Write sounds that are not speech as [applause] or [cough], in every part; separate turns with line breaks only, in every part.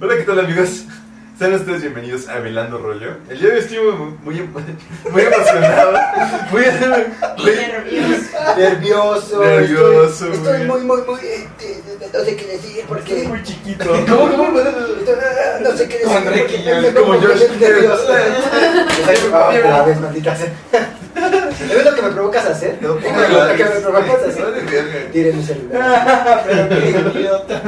Hola, ¿qué tal amigos? Sean ustedes bienvenidos a Velando Rollo. El día de hoy estoy muy, muy, muy emocionado. Muy,
nervioso.
Nervioso.
Nervioso,
Estoy,
güey.
estoy muy, muy, muy. eh, eh, no sé qué decir porque.
muy chiquito.
¿Cómo, cómo? Estoy- ah, No sé qué decir.
Como Enrique,
porque
yo-
me- me-
como
me-
yo-
me- nervioso. Ah, otra vez, maldita sea. ¿Sabes lo que me provocas a hacer?
No,
Lo que me provocas a hacer.
Vale, verga.
Tire mi celular.
Pero qué idiota.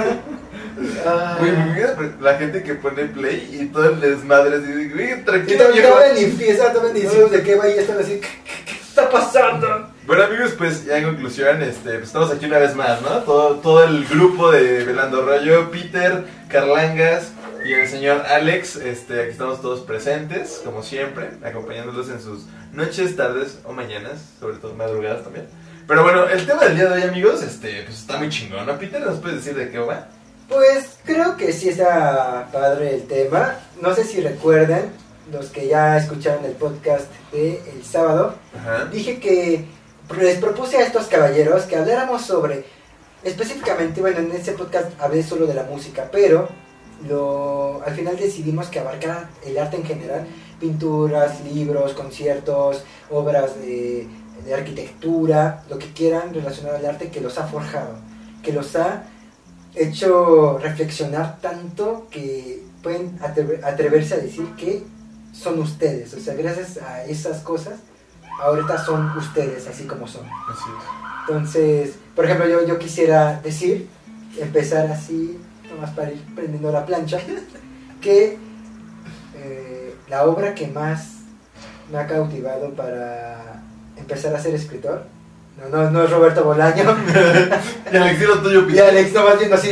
Ah.
Güey, mira la gente que pone play y todo el desmadre así de, güey,
Y
tranquilo,
también
viejo.
estaban ni fiesta, estaban ni hicimos de qué va y están así. ¿Qué qué- qué está pasando?
Bueno amigos, pues ya en conclusión, este, pues, estamos aquí una vez más, ¿no? Todo, todo el grupo de Velando Rollo, Peter, Carlangas y el señor Alex, este, aquí estamos todos presentes, como siempre, acompañándolos en sus noches, tardes o mañanas, sobre todo madrugadas también. Pero bueno, el tema del día de hoy amigos, este, pues está muy chingón, ¿no? Peter, ¿nos puedes decir de qué va?
Pues creo que sí está padre el tema. No sé si recuerdan, los que ya escucharon el podcast de el sábado,
Ajá.
dije que les propuse a estos caballeros que habláramos sobre, específicamente, bueno, en este podcast hablé solo de la música, pero lo, al final decidimos que abarcara el arte en general, pinturas, libros, conciertos, obras de, de arquitectura, lo que quieran relacionado al arte que los ha forjado, que los ha hecho reflexionar tanto que pueden atrever- atreverse a decir que son ustedes, o sea, gracias a esas cosas ahorita son ustedes así como son.
Así es.
Entonces, por ejemplo, yo, yo quisiera decir, empezar así, nomás para ir prendiendo la plancha, [laughs] que eh, la obra que más me ha cautivado para empezar a ser escritor, no, no, no es Roberto Bolaño, [laughs]
Y Alex, di lo tuyo,
y
Peter.
Alex nomás viendo así,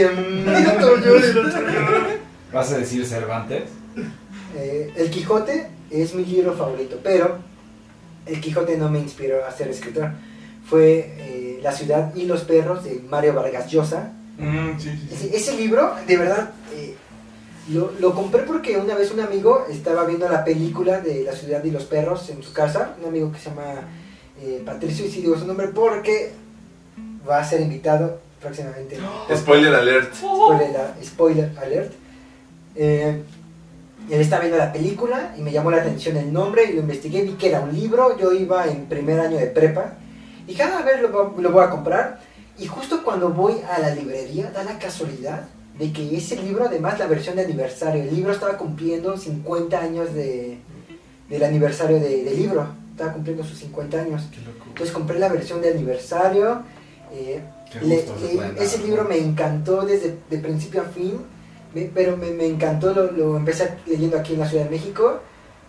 mm,
¿Vas a decir Cervantes?
Eh, El Quijote es mi libro favorito, pero El Quijote no me inspiró a ser escritor. Fue eh, La ciudad y los perros de Mario Vargas Llosa. Ese, ese libro, de verdad, eh, lo, lo compré porque una vez un amigo estaba viendo la película de La ciudad y los perros en su casa. Un amigo que se llama eh, Patricio, y sí digo su nombre porque va a ser invitado próximamente.
Spoiler alert.
Spoiler, la- spoiler alert. Eh, él estaba viendo la película y me llamó la atención el nombre y lo investigué, vi que era un libro, yo iba en primer año de prepa y dije, "Ah, a ver, lo, vo- lo voy a comprar. Y justo cuando voy a la librería, da la casualidad de que ese libro, además la versión de aniversario, el libro estaba cumpliendo 50 años de, del aniversario de- del libro, estaba cumpliendo sus 50 años.
Qué loco.
Entonces compré la versión de aniversario. eh,
Qué
le-
gusto se
le-
pueden dar,
ese
¿no?
libro me encantó desde de principio a fin, me- pero me, me encantó, lo, lo empecé leyendo aquí en la Ciudad de México,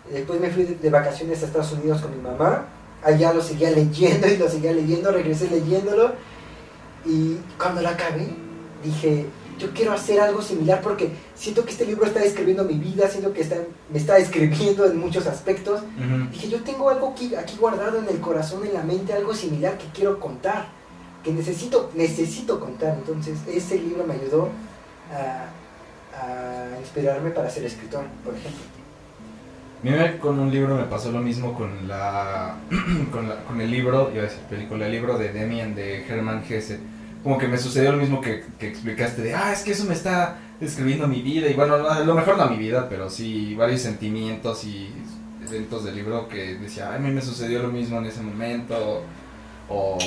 después me fui de, de vacaciones a Estados Unidos con mi mamá, allá lo seguía leyendo [laughs] y lo seguía leyendo, regresé leyéndolo y cuando lo acabé dije, yo quiero hacer algo similar porque siento que este libro está describiendo mi vida, siento que está, me está describiendo en muchos aspectos Dije, yo tengo algo aquí, aquí guardado en el corazón, en la mente, algo similar que quiero contar, que necesito, necesito contar. Entonces, ese libro me ayudó a, a inspirarme para ser escritor, por ejemplo.
A mí me- con un libro me pasó lo mismo con la, [clears throat] con la- con el libro, iba a decir película, el libro de Demian de Hermann Hesse. Como que me sucedió lo mismo que, que explicaste de, ah, es que eso me está describiendo mi vida. Y bueno, no, a lo mejor no mi vida, pero sí varios sentimientos y eventos del libro que decía, "Ay, a mí me sucedió lo mismo en ese momento. O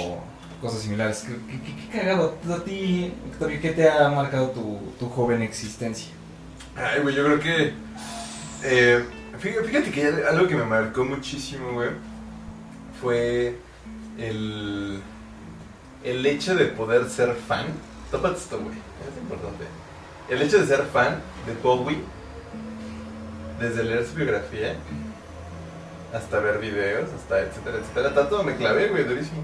cosas similares. Qué, qué- qué- qué cagado. ¿A ti, Octavio, qué te ha marcado tu, tu joven existencia?
Ay, güey, yo creo que. eh, fí- fíjate que algo que me marcó muchísimo, güey, fue el. El hecho de poder ser fan. Tópate esto, güey, es importante. El hecho de ser fan de Bowie, desde leer su biografía, hasta ver videos, hasta etcétera, etcétera. Tanto me clavé, güey, durísimo.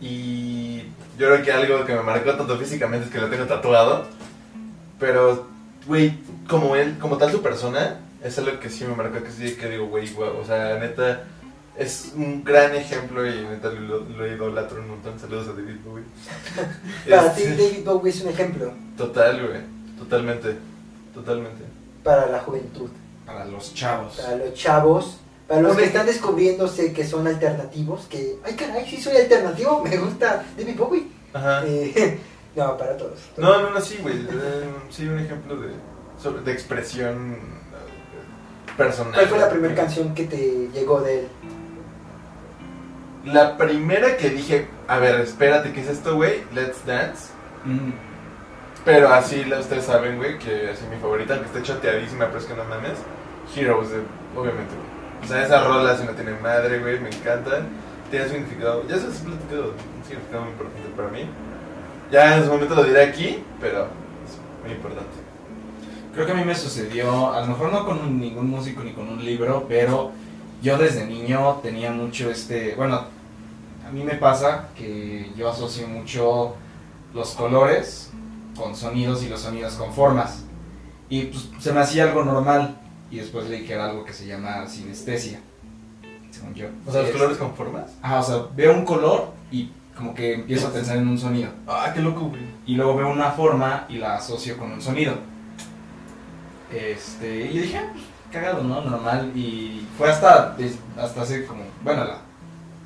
Y yo creo que algo que me marcó tanto físicamente es que lo tengo tatuado. Pero, güey, como él, como tal su persona, es algo que sí me marcó, que sí, que digo, güey, guau, o sea, neta, es un gran ejemplo y neta lo, lo idolatro un montón. Saludos a David Bowie.
[laughs] Para ti,
Este,
David Bowie es un ejemplo
Total, güey, totalmente, totalmente.
para la juventud,
Para los chavos.
para los chavos, para los
Porque-
que están descubriéndose que son alternativos, que, ay caray, sí soy alternativo, [laughs] me gusta David Bowie.
Ajá.
Eh, Ah. [laughs] no, para todos.
No, no, no, sí, güey. eh, sí, un ejemplo de sobre- de expresión eh, personal.
¿Cuál fue la primera canción que te llegó de él?
La primera que dije, a ver, espérate, ¿qué es esto, güey? Let's Dance.
Mm.
Pero así, la- ustedes saben, güey, que así mi favorita, aunque esté chateadísima, pero es que no mames. Heroes, de- obviamente, güey. O sea, esa rola si no tiene madre, güey, me encanta. Tiene su significado, ya se has platicado, un significado muy importante para mí. Ya en su momento lo diré aquí, pero es muy importante.
Creo que a mí me sucedió, a lo mejor no con un- ningún músico ni con un libro, pero yo desde niño tenía mucho este, bueno, a mí me pasa que yo asocio mucho los colores con sonidos y los sonidos con formas. Y pues se me hacía algo normal y después leí que era algo que se llama sinestesia, según yo.
O sea, los
Es-
colores con formas.
Ajá, o sea, veo un color y como que empiezo a pensar en un sonido
Ah, qué loco, güey.
y luego veo una forma y la asocio con un sonido. Este, y yo dije, ah, pues, cagado, ¿no? Normal. Y fue hasta, des- hasta hace como, bueno, la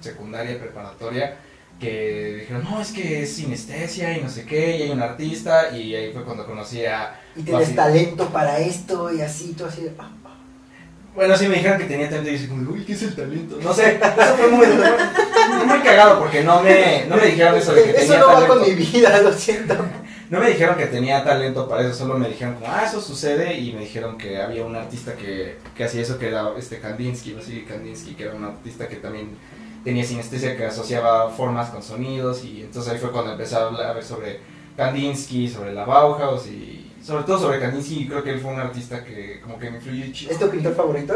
secundaria, preparatoria, que dijeron, no, es que es sinestesia y no sé qué, y hay un artista, y ahí fue cuando conocí a...
Y tienes
Así.
talento para esto y así, tú así. ah,
Bueno, sí me dijeron que tenía talento, y yo dije, como, uy, ¿qué es el talento? No sé, eso fue muy, [laughs] muy cagado, porque no me, no me dijeron eso de que
Eso
tenía
no va
talento.
con mi vida, [laughs] lo siento.
No me dijeron que tenía talento para eso, solo me dijeron como, ah, eso sucede, y me dijeron que había un artista que, que hacía eso, que era este Kandinsky, Vasily Kandinsky, que era un artista que también tenía sinestesia, que asociaba formas con sonidos, y entonces ahí fue cuando empecé a hablar sobre Kandinsky, sobre la Bauhaus, y sobre todo sobre Kandinsky, y creo que él fue un artista que como que me influyó chido.
¿Es tu pintor favorito?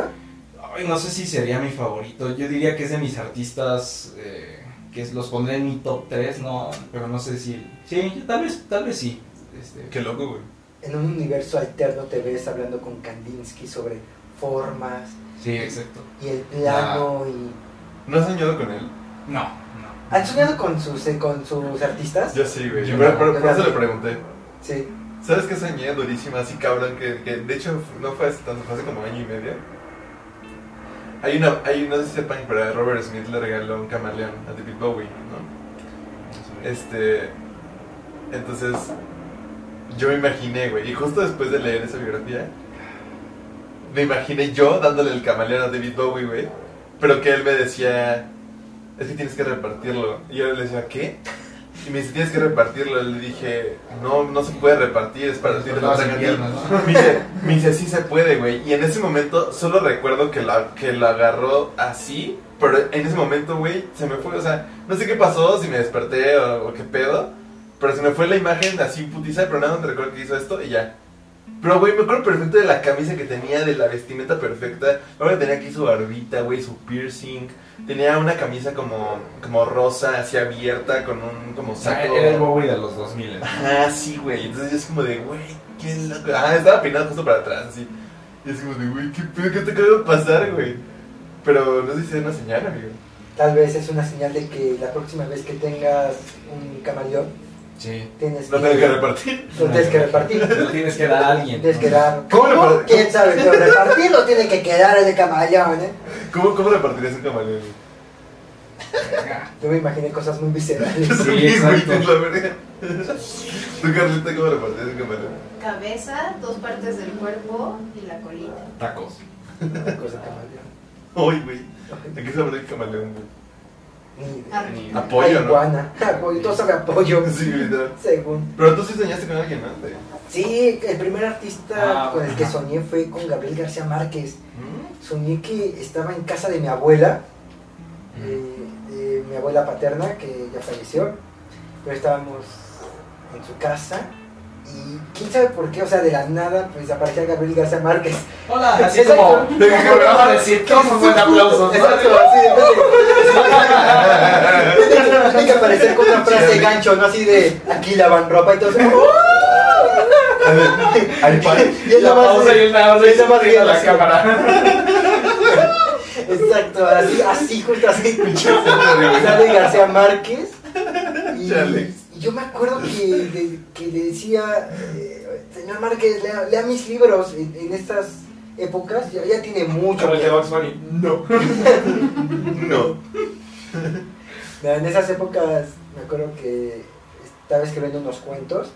Ay, no sé si sería mi favorito. Yo diría que es de mis artistas eh, que es- los pondré en mi top 3, no, pero no sé si. Sí, yo tal vez, tal vez sí. Este,
Qué loco, güey.
En un universo alterno te ves hablando con Kandinsky sobre formas
sí, exacto.
y el plano
Ah.
y...
¿No has soñado con él?
No, no.
¿Han soñado con sus, eh, con sus artistas?
Yo sí, güey.
Yo
Pero-
no.
pero-
Yo
por eso le
también.
pregunté.
Sí.
¿Sabes qué soñé durísima, así cabrón? Que, que, de hecho no fue hace tanto, fue hace como año y medio. Hay una, hay, no sé si sepan, pero Robert Smith le regaló un camaleón a David Bowie, ¿no? Este. Entonces, yo me imaginé, güey, y justo después de leer esa biografía, me imaginé yo dándole el camaleón a David Bowie, güey, pero que él me decía, es que tienes que repartirlo. Y yo le decía, ¿qué? Y me dice, tienes que repartirlo. Le dije, no, no se puede repartir, es para ti, te lo
Los
sacan a ti". [laughs]
inviernos, ¿no?
Me dice, me dice, sí se puede, güey. Y en ese momento solo recuerdo que la, que la agarró así, pero en ese momento, güey, se me fue, o sea, no sé qué pasó, si me desperté o, o qué pedo, pero se me fue la imagen así putiza, pero nada, me recuerdo que hizo esto y ya. Pero, güey, me acuerdo perfecto de la camisa que tenía, de la vestimenta perfecta. Ahora tenía aquí su barbita, güey, su piercing. Tenía una camisa como, como rosa, así abierta, con un como
O sea,
saco.
Ah, era el Bowie de los 2000. ¿no?
Ah, sí, güey. Entonces yo es como de, güey, qué loco. Ah, estaba peinado justo para atrás, sí. Y es como de, güey, qué pedo, qué te acaba de pasar, güey. Pero no sé si es una señal, amigo.
Tal vez es una señal de que la próxima vez que tengas un camaleón,
Sí.
tienes
No tengo que repartir.
lo tienes que repartir.
Lo tienes que dar a alguien.
Tienes
¿no?
que dar...
¿Cómo lo
¿Cómo?
par-
¿Quién sabe? Pero repartirlo tiene que quedar el camaleón, ¿eh?
¿Cómo, cómo repartirías un camaleón?
Yo me imaginé cosas muy viscerales.
Yo también, [laughs]
exacto.
es la verga. [laughs] ¿Tú, Carlita, cómo repartirías un camaleón?
Cabeza, dos partes del cuerpo y la colita.
Tacos.
Cosa camaleón.
Ay, güey. ¿De qué sabrá el camaleón, güey?
Ni idea.
Ar-
Ni-
Apoyo,
Ay,
¿no?
Iguana. [laughs] Apoyo, todo sabe apoyo.
Sí, literal.
Según.
Pero tú sí soñaste con alguien, ¿no? De-
Sí, el primer artista
Ah,
con el que
ajá.
soñé fue con Gabriel García Márquez.
¿Mm? [laughs]
Soñé que estaba en casa de mi abuela,
Mm.
eh, eh, mi abuela paterna, que ya falleció, pero estábamos en su casa y quién sabe por qué, o sea, de la nada, pues aparecía Gabriel García Márquez.
Hola, así
Exacto.
como. Vamos [laughs] a
[laughs]
decir, ¿qué fue el aplauso?
Exacto, así de- Tiene que aparecer con una frase de gancho, ¿no? Así de aquí lavan ropa y "Oh". todo.
A ver, ¿hay pan? [laughs]
Y él
La
nada más
pausa y
de-
el nada más le
y nada más
hizo a la
así.
cámara.
Exacto, así, así, justo así.
Pinche acento de-
Sale García Márquez. Y,
Chale.
y yo me acuerdo que, le- que le decía, eh, señor Márquez, lea, lea mis libros en, en estas épocas. Ya, ya tiene mucho.
Como el de
que-
Bugs Bunny. No.
[laughs] No.
No, en esas épocas me acuerdo que estaba escribiendo unos cuentos.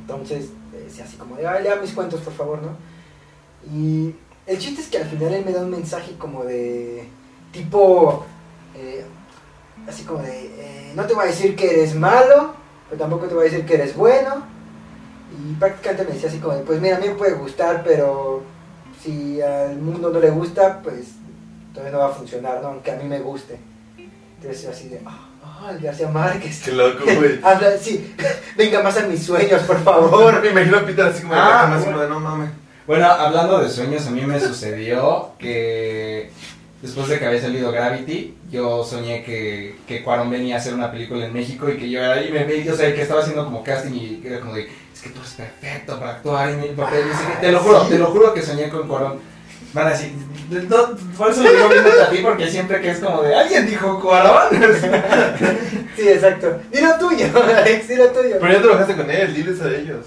Entonces, decía así como de, ah, lea mis cuentos, por favor, ¿no? Y el chiste es que al final él me da un mensaje como de, tipo, eh, así como de, eh, no te voy a decir que eres malo, pero tampoco te voy a decir que eres bueno. Y prácticamente me decía así como de, pues mira, a mí me puede gustar, pero si al mundo no le gusta, pues todavía no va a funcionar, ¿no? Aunque a mí me guste. Entonces yo así de, ah, ah, el García Márquez.
Qué loco, güey.
Habla, sí, [laughs] venga más a mis sueños, por favor.
me imagino a Peter así como de
Ah,
la cama, así
bueno.
como de, no mames.
Bueno, hablando de sueños, a mí me sucedió que después de que había salido Gravity, yo soñé que, que Cuarón venía a hacer una película en México y que yo era ahí, me vi, o sea, que estaba haciendo como casting y era como de, es que tú eres perfecto para actuar en el papel. y así que- te lo juro, te lo juro que soñé con Cuarón. Van a decir, no, por eso lo digo mismo a ti, porque siempre que es como de, alguien dijo Cuarón. [laughs]
Sí, exacto. Dilo tuyo, [laughs] Alex, dilo tuyo.
Pero ya trabajaste con él, diles a ellos.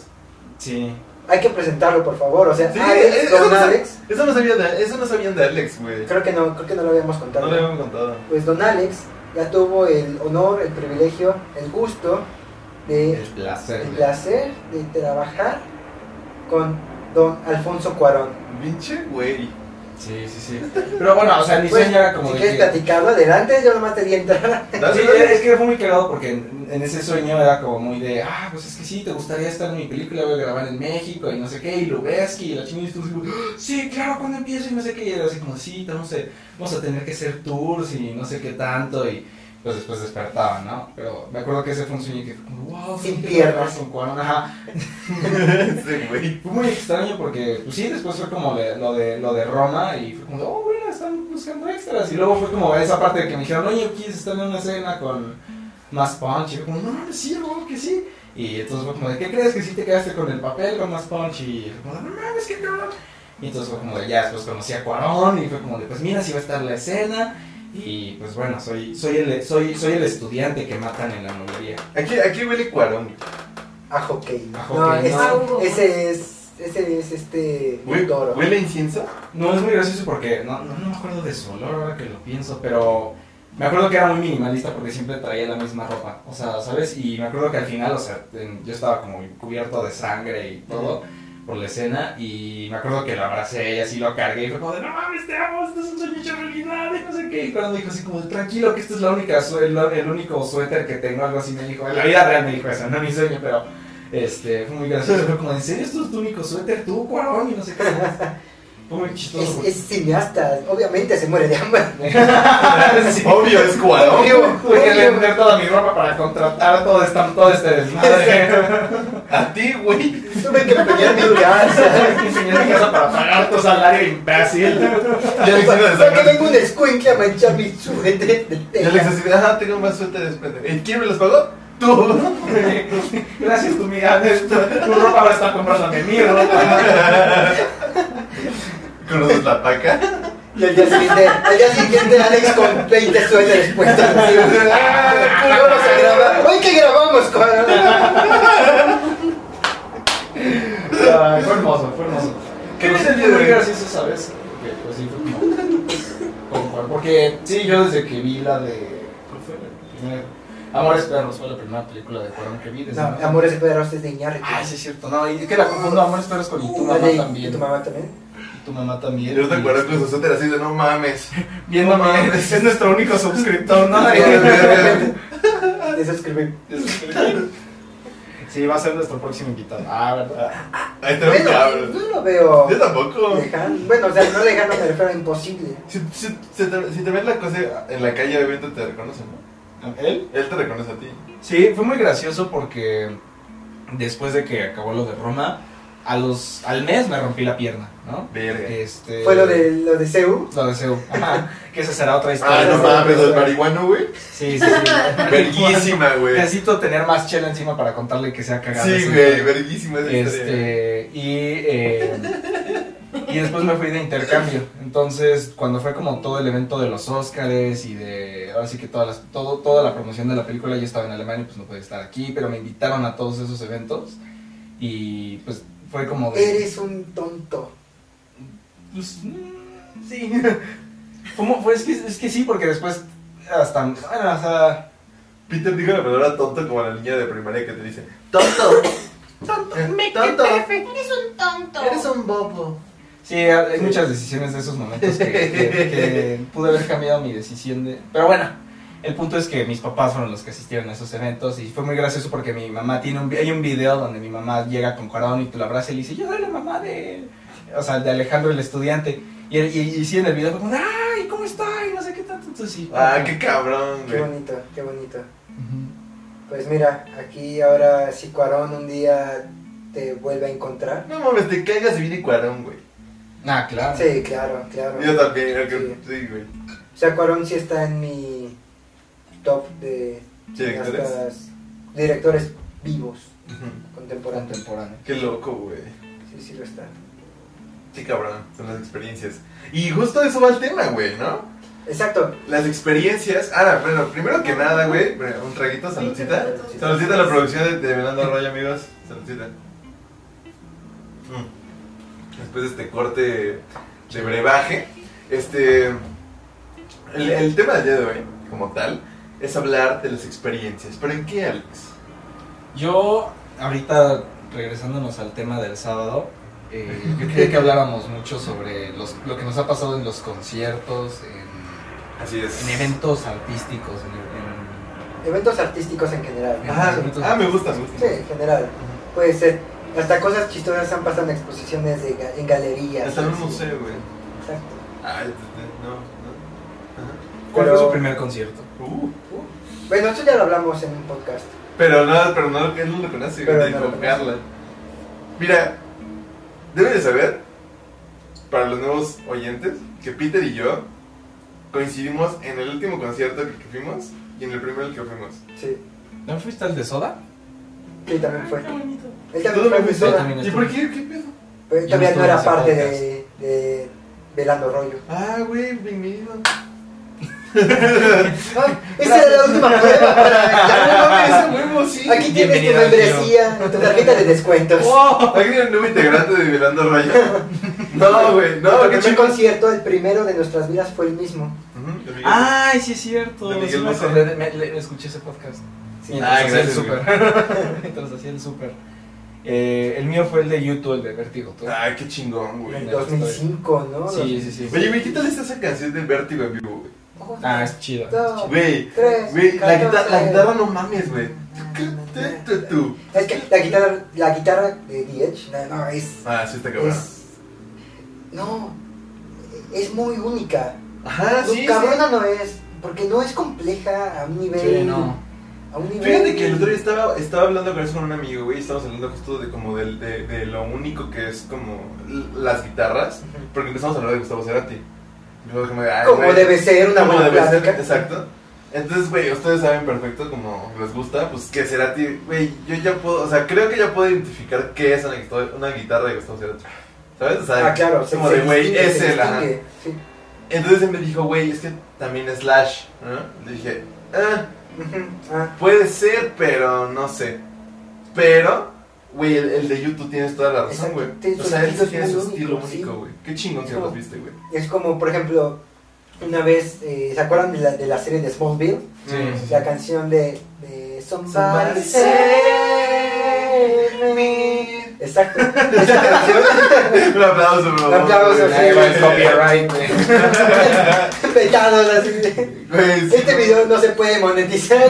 sí.
Hay que presentarlo, por favor. O sea,
Sí,
Alex,
eh,
don
no sab-
Alex.
Eso no sabían de, eso no sabían de Alex, güey.
Creo que no, creo que no lo habíamos contado.
No le habíamos contado.
Pues don Alex ya tuvo el honor, el privilegio, el gusto de
El placer.
el
güey.
placer de trabajar con don Alfonso Cuarón.
Pinche, güey.
Sí, sí, sí. Pero bueno, o sea, mi
Pues,
sueño era como
si
de
quieres
que-
platicarlo, adelante, yo nomás te di entrar.
Dale,
Sí,
dale.
es que fue muy cagado porque en, en ese sueño era como muy de, ah, pues es que sí, te gustaría estar en mi película, voy a grabar en México y no sé qué, y Lubeski y la chingada, y tú así como, "Ah, sí, claro, cuando empiezo y no sé qué, y era así como, sí, te vamos a, vamos a tener que hacer tours y no sé qué tanto, y pues después despertaba, ¿no? Pero me acuerdo que ese fue un sueño que fue como, wow,
Sin
sí, que
piernas.
grabar con Cuarón, ajá.
Sí, güey.
Fue muy extraño porque, pues sí, después fue como de- lo, de, lo de Roma y fue como, de, oh, bueno, están buscando extras. Y luego fue como esa parte de que me dijeron, oye, ¿quieres estar en una escena con más punch? Y fue como, no, no, sí, no, que sí. Y entonces fue como, ¿de qué crees que sí te quedaste con el papel con más punch? Y fue como, no mames, qué cabrón. Y entonces fue como de, ya después conocí a Cuarón y fue como de, pues mira, si va a estar la escena. Y pues bueno, soy, soy, el, soy, soy el estudiante que matan en la novelería.
Aquí, aquí huele cuarón.
A hockey.
A
no,
hockey,
es-
no.
ese es. Ese es este.
Güey,
toro.
¿Huele a incienso?
No, es muy gracioso porque no, no, no me acuerdo de su olor ahora que lo pienso, pero me acuerdo que era muy minimalista porque siempre traía la misma ropa, o sea, ¿sabes? Y me acuerdo que al final, o sea, en- yo estaba como cubierto de sangre y todo por la escena y me acuerdo que lo abracé y así lo cargué y fue como de, no mames, te amo, esto es un sueño hecho realidad y no sé qué. Y cuando dijo así como, tranquilo, que este es la única, sue- el, el único suéter que tengo, algo así me dijo, en la vida real me dijo eso, no mi sueño, pero... Este, fue muy gracioso, fue como, ¿en serio esto es tu único suéter? Tú, cuarón, y no sé qué. Fue muy chistoso.
Es, es cineasta, obviamente se muere de hambre. [laughs]
Sí.
Obvio, es cuarón.
Obvio,
Tuve que
obvio.
vender toda mi ropa para contratar todo este, todo este
[laughs]
desmadre.
A ti, güey.
Tuve que empeñar mi
[laughs]
casa.
Enseñar mi casa para pagar tu salario, imbécil. [laughs]
Ya le hicieron
Para que
sacar.
venga un escuincle a manchar mi suéter de
Ya le
tela.
hicieron así, ah, tengo más suéteres, pendejo. ¿Y quién me los pagó? Tú. [laughs]
Gracias, tu mira, tu, tu ropa ahora está comprándome mi ropa.
¿Conoces la paca?
Y al día siguiente, al día siguiente Alex con 20 suéteres puestos. así. Ah, Vamos a grabar. Hoy que grabamos, cabrón.
Ah, fue hermoso, fue hermoso.
Qué
Pero sí
bien,
fue muy
güey.
gracioso, ¿sabes? Porque, pues, sí, fue como- como cual- Porque, sí, yo desde que vi la de. ¿Cuál fue la primera? Amores Perros fue la primera película de Cuarón que vi. desde-
No, amores y pedazos de Iñárritu.
Ay, sí, es cierto. No, y es que la confundo Amores Perros con Y tu mamá
Dale,
también.
¿Y tu mamá también?
Y tu mamá también.
Yo te acuerdo con su suéter así de, no mames.
Viendo
No
mamá,
mames.
es nuestro único
[laughs]
suscriptor, ¿no?
Te
Ah,
suscribí.
[laughs] Sí, va a ser nuestro próximo invitado. Ah, verdad.
Ahí está un
Bueno,
cabrón.
yo lo veo
Yo tampoco.
lejano. Bueno, o sea, no lejano, me refiero a imposible.
Si, si- si te, si te ves la cosa en la calle, obviamente te reconocen, ¿no?
Ah, ¿Él?
Él te reconoce a ti.
Sí, fue muy gracioso porque después de que acabó lo de Roma, a los, al mes me rompí la pierna, ¿no?
Verga.
Este,
Fue lo de, lo de CEU.
Lo de Seúl. Ajá. Que esa será otra historia.
Ah, no mames, el marihuano, güey.
Sí, sí, sí.
Verguísima, güey.
Necesito tener más chela encima para contarle que sea cagada.
Sí,
esa
güey,
historia.
verguísima esa historia.
Este, y, eh, y después me fui de intercambio. Entonces, cuando fue como todo el evento de los Óscares y de. Ahora sí que todas las, todo, toda la promoción de la película, yo estaba en Alemania y pues no podía estar aquí, pero me invitaron a todos esos eventos. Y pues fue como de.
Eres un tonto.
Pues, mm, sí. [laughs] ¿Cómo fue? Es que, es que sí, porque después. Hasta. Bueno, o sea.
Peter dijo la palabra tonto como la niña de primaria que te dice, ¡Tonto!
Tonto.
Eh,
Me
tonto.
jefe.
Eres un tonto.
Eres un bobo.
Sí, hay muchas decisiones de esos momentos que, que- que pude haber cambiado mi decisión de... Pero bueno, el punto es que mis papás fueron los que asistieron a esos eventos y fue muy gracioso porque mi mamá tiene un... vi- Hay un video donde mi mamá llega con Cuarón y tú la abraza y le dice, yo soy la mamá de... O sea, de Alejandro el estudiante. Y, y, y sí, en el video fue como, ay, ¿cómo está? Y no sé qué tanto. Entonces sí.
Ah, qué cabrón,
Qué
güey.
bonito, qué bonito.
Ujú.
Pues mira, aquí ahora si Cuarón un día te vuelve a encontrar.
No mames, te cagas y viene Cuarón, güey.
Ah, claro.
Sí, claro, claro.
Yo también, creo que-
Sí.
sí, güey.
O sea, Cuarón sí está en mi top de
¿Directores?
cineastas- directores vivos
Ujú.
contemporáneos.
Contemporáneo.
Qué loco, güey.
Sí, sí lo está.
Sí, cabrón, son las experiencias. Y justo eso va el tema, güey, ¿no?
Exacto.
Las experiencias. Ah, bueno, primero que nada, güey, un traguito, saludcita. Saludcita a la producción de, de Venando Arroyo, amigos. Saludcita. Mm. Después de este corte de brebaje, este. El, el tema del día de hoy, como tal, es hablar de las experiencias. ¿Pero en qué, Alex?
Yo, ahorita regresándonos al tema del sábado, eh, yo quería que habláramos mucho sobre los- lo que nos ha pasado en los conciertos, en,
Así es.
en eventos artísticos, en,
Eventos artísticos en general.
Ajá,
eventos
ah, me gusta, me gusta.
Sí, en general. Puede ser. Hasta cosas chistosas han pasado en exposiciones de ga- en galerías.
Hasta en un
Sí,
museo, güey.
Exacto.
Ay, no, no.
en- ¿Cuál
Pero-
fue su primer concierto?
Ajá. Uh.
Bueno, eso ya lo hablamos en un podcast.
Pero no, pero no, él no lo conoce,
Pero
güey,
no
dijo
lo conoce.
Carla. Mira, deben de saber, para los nuevos oyentes, que Peter y yo coincidimos en el último concierto que fuimos y en el primero al que fuimos.
Sí,
¿No fuiste al de Soda?
sí también fue. Él
Todo
también fue
me
mi
gustó.
sola.
También
¿Y
estuvo.
por qué? ¿Qué pedo?
Pues,
Yo
también
no
no era
estuve en
parte
ese
de, de Velando Rollo.
Ah, güey, mi mismo. [laughs]
Ah, esa era la última prueba
¡Ah,
para.
mames, ese huevo, sí!
Aquí tienes tu
Bienvenido al
membresía, tu tarjeta de descuentos.
[laughs] ¡Oh! Aquí hay un nuevo integrante de Velando Rayo. [laughs] No, güey, no,
Porque
que
en un
chicos.
concierto, el primero de nuestras vidas fue el mismo.
Ah.
¡Ay, sí es cierto!
De Miguel
sí me
Bosé.
acordé de- me- le- escuché ese podcast.
Sí.
Mientras
Ay,
hacía el
gracias,
súper. [laughs] Mientras hacía el súper. Eh, el mío fue el de YouTube, el de Vértigo. ¿tú?
¡Ay, qué chingón,
En
güey!
el 2005, ¿no?
sí, sí, sí.
Oye, güey, ¿qué tal está esa canción de Vértigo en vivo, güey?
Ah, es chido.
Dos,
Güey,
tres,
Güey, la, guita- la
catorce.
guitarra no mames, güey. Tu, tu, tu.
Es que la guitarra, la guitarra de Diech, no, no, es,
Ah, sí está cabrón.
es. No, es muy única.
Ajá, Ah, sí, sí.
cabrona no es, porque no es compleja a un nivel.
Sí, no.
A un nivel.
Fíjate que el otro día estaba, estaba hablando con eso con un amigo, güey, y estábamos hablando justo de como del- de, de lo único que es como l- las guitarras,
Ujú.
porque empezamos a hablar de Gustavo Cerati. Yo como, de, ay,
Como
güey,
debe ser una
como
buena
debe ser,
plática.
exacto. Entonces, güey, ustedes saben perfecto como les gusta, pues que Cerati, güey, yo ya puedo, o sea, creo que ya puedo identificar qué es una, guitar- una guitarra de Gustavo Cerati. ¿Sabes? O sea,
Ah, claro,
como de, güey,
distingue,
es
se
él, ajá.
distingue, sí.
Entonces él me dijo, güey, es que también es Slash, ¿no? Le dije, ah,
Ujú, ah,
puede ser, pero no sé. Pero, güey, el, el de YouTube tienes toda la razón,
Exacto,
güey.
tiene
O
su
sea, él
estilo
tiene su
único,
estilo
sí.
único, güey. Qué chingón que
Como-
los viste, güey.
Es como, por ejemplo, una vez, eh, ¿se acuerdan de la, de la serie de Smallville?
Sí,
Mm.
sí, sí.
La canción de, de Somebody
Somebody
Save Me. Exacto. [laughs] Esa canción,
[laughs] Un aplauso, bro.
Un aplauso,
Güey,
sí.
Ahí va el copyright, güey.
petados así. de,
Güey, sí.
Este video no se puede monetizar. [laughs]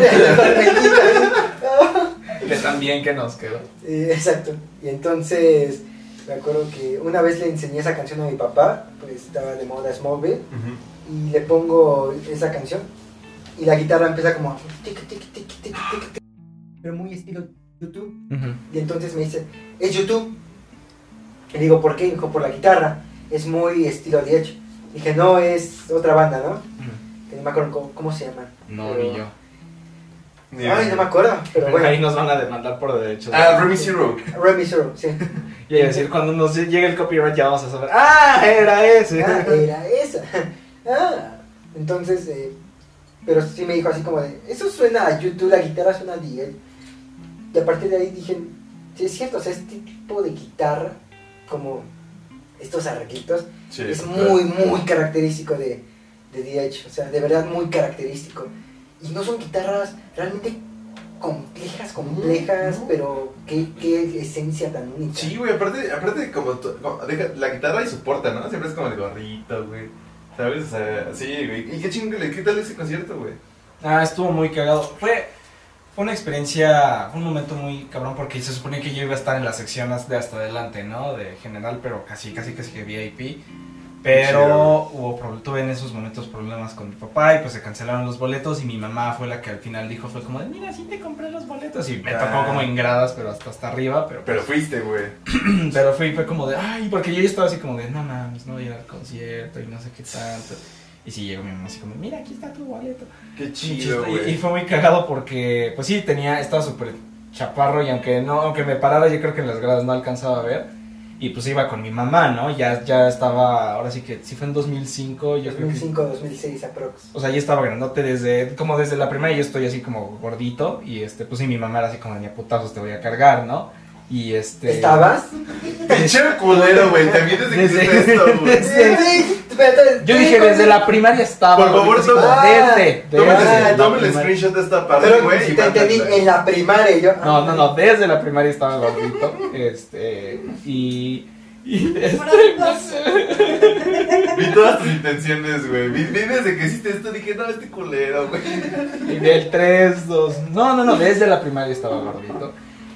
Que también que nos quedó.
Eh, Exacto. Y entonces, me acuerdo que una vez le enseñé esa canción a mi papá, pues estaba de moda Smallville.
Ujú.
y le pongo esa canción y la guitarra empieza como tic tic tic tic tic tic pero muy estilo YouTube y entonces me dice es YouTube le digo por qué dijo por la guitarra es muy estilo de hecho dije no es otra banda no que no me acuerdo cómo, cómo se llama
No,
Pero-
ni yo.
Ni
ay
idea.
no me acuerdo pero
Ahí
bueno
nos van a demandar por derechos.
Ah, Remy Zero.
Remy Zero sí
Y decir, cuando nos llegue el copyright ya vamos a saber. ¡Ah, era ese!
[laughs]
Ah, era esa. [laughs] Ah, entonces, eh, pero sí me dijo así como de, eso suena a YouTube, la guitarra suena a Diel. Y a partir de ahí dije, sí es cierto, o sea, este tipo de guitarra, como estos arreglitos,
Sí,
es
claro.
muy, muy característico de, de DH, o sea, de verdad muy característico. Y no son guitarras realmente complejas, complejas,
Ujú.
pero qué, qué esencia tan única.
Sí, güey, aparte, aparte como, to- como- deja, la guitarra y su porta, ¿no? Siempre es como el gorrito, güey. ¿Sabes? O sea, sí, güey. ¿Y qué chingo le qué tal ese concierto, güey?
Ah, estuvo muy cagado. Fue, fue una experiencia, fue un momento muy cabrón porque se suponía que yo iba a estar en las secciones de hasta adelante, ¿no? De general, pero casi, casi, casi que VIP. Pero
Chido.
hubo, pro- tuve en esos momentos problemas con mi papá y pues se cancelaron los boletos y mi mamá fue la que al final dijo, fue como de, mira, sí te compré los boletos y me
Ah.
tocó como en gradas, pero hasta hasta arriba, pero
Pero fuiste, güey.
[clears throat] pero fui, fue como de, ay, porque yo ya estaba así como de, no mames, no voy a ir al concierto y no sé qué tanto. Y sí, llegó mi mamá así como, mira, aquí está tu boleto.
Qué
Chiste,
chido,
y- Y,
güey.
fue muy cagado porque, pues sí, tenía, estaba súper chaparro y aunque no, aunque me parara, yo creo que en las gradas no alcanzaba a ver. Y pues iba con mi mamá, ¿no? Ya, ya estaba, ahora sí que, si fue en 2005, yo creo que...
2005, 2006 aprox.
O sea, yo estaba grandote desde, como desde la primaria, yo estoy así como gordito y este, pues sí, mi mamá era así como, ni a putazos te voy a cargar, ¿no? Y este...
¿Estabas?
Pinche culero, güey. Te vienes de que
Desde-
hiciste esto,
[laughs]
güey.
Desde-
Sí, espérate,
Yo
sí,
dije,
con-
desde la primaria estaba.
Por favor,
Así como,
toma-
desde. desde
Tómale
la
el- tómale el
primaria.
screenshot de esta parte,
Pero
güey.
si
y
te entendí,
mándasela.
en la primaria yo. "Ah,
No, no, no, desde la primaria estaba gordito. Este. Y. y este,
[laughs]
no sé.
Vi todas tus intenciones, güey. Vi, vi desde que hiciste esto, dije, no, este culero, güey.
Y del 3, 2. No, no, no, desde la primaria estaba gordito.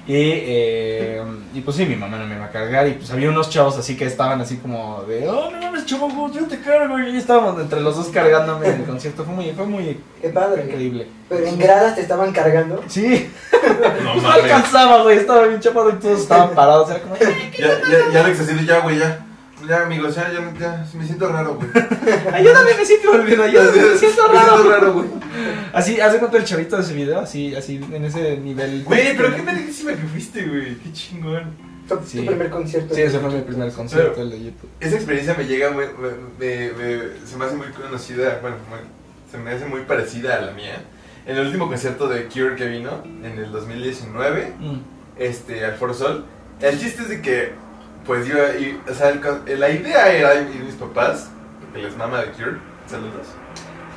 Y, eh, y pues sí, mi mamá no me iba a cargar. Y pues había unos chavos así que estaban así como de, oh, no mames, chavo, yo te cargo. Y estábamos entre los dos cargándome en el concierto. Fue muy, fue muy
Qué padre.
increíble.
Pero en gradas te estaban cargando.
Sí,
[laughs] No
Pues no alcanzaba, güey, estaba bien chaparro y todos estaban parados, era como... "Ay,
Ya, ya, ya, Alex, así de ya, güey, ya. Ya, amigos, ya, ya, ya. Me siento raro,
[laughs]
güey.
Ayúdame, me siento volviendo, ayúdame, me siento
Me siento
raro.
raro, güey.
Así, hace cuánto el chavito de ese video, así, así, en ese nivel.
Güey, pero qué malísima que fuiste, güey. Qué chingón.
Fue Tu,
Sí.
primer concierto.
Sí, ese fue mi primer concierto, el de YouTube.
Esa experiencia me llega, muy- me, me- me- se me hace muy conocida, bueno, muy- se me hace muy parecida a la mía. En el último concierto de Cure que vino, en el 2019,
Mm.
este, al Foro Sol, el chiste es de que, pues yo, y- o sea, el con- la idea era ir mis papás, porque les mama de Cure, saludos,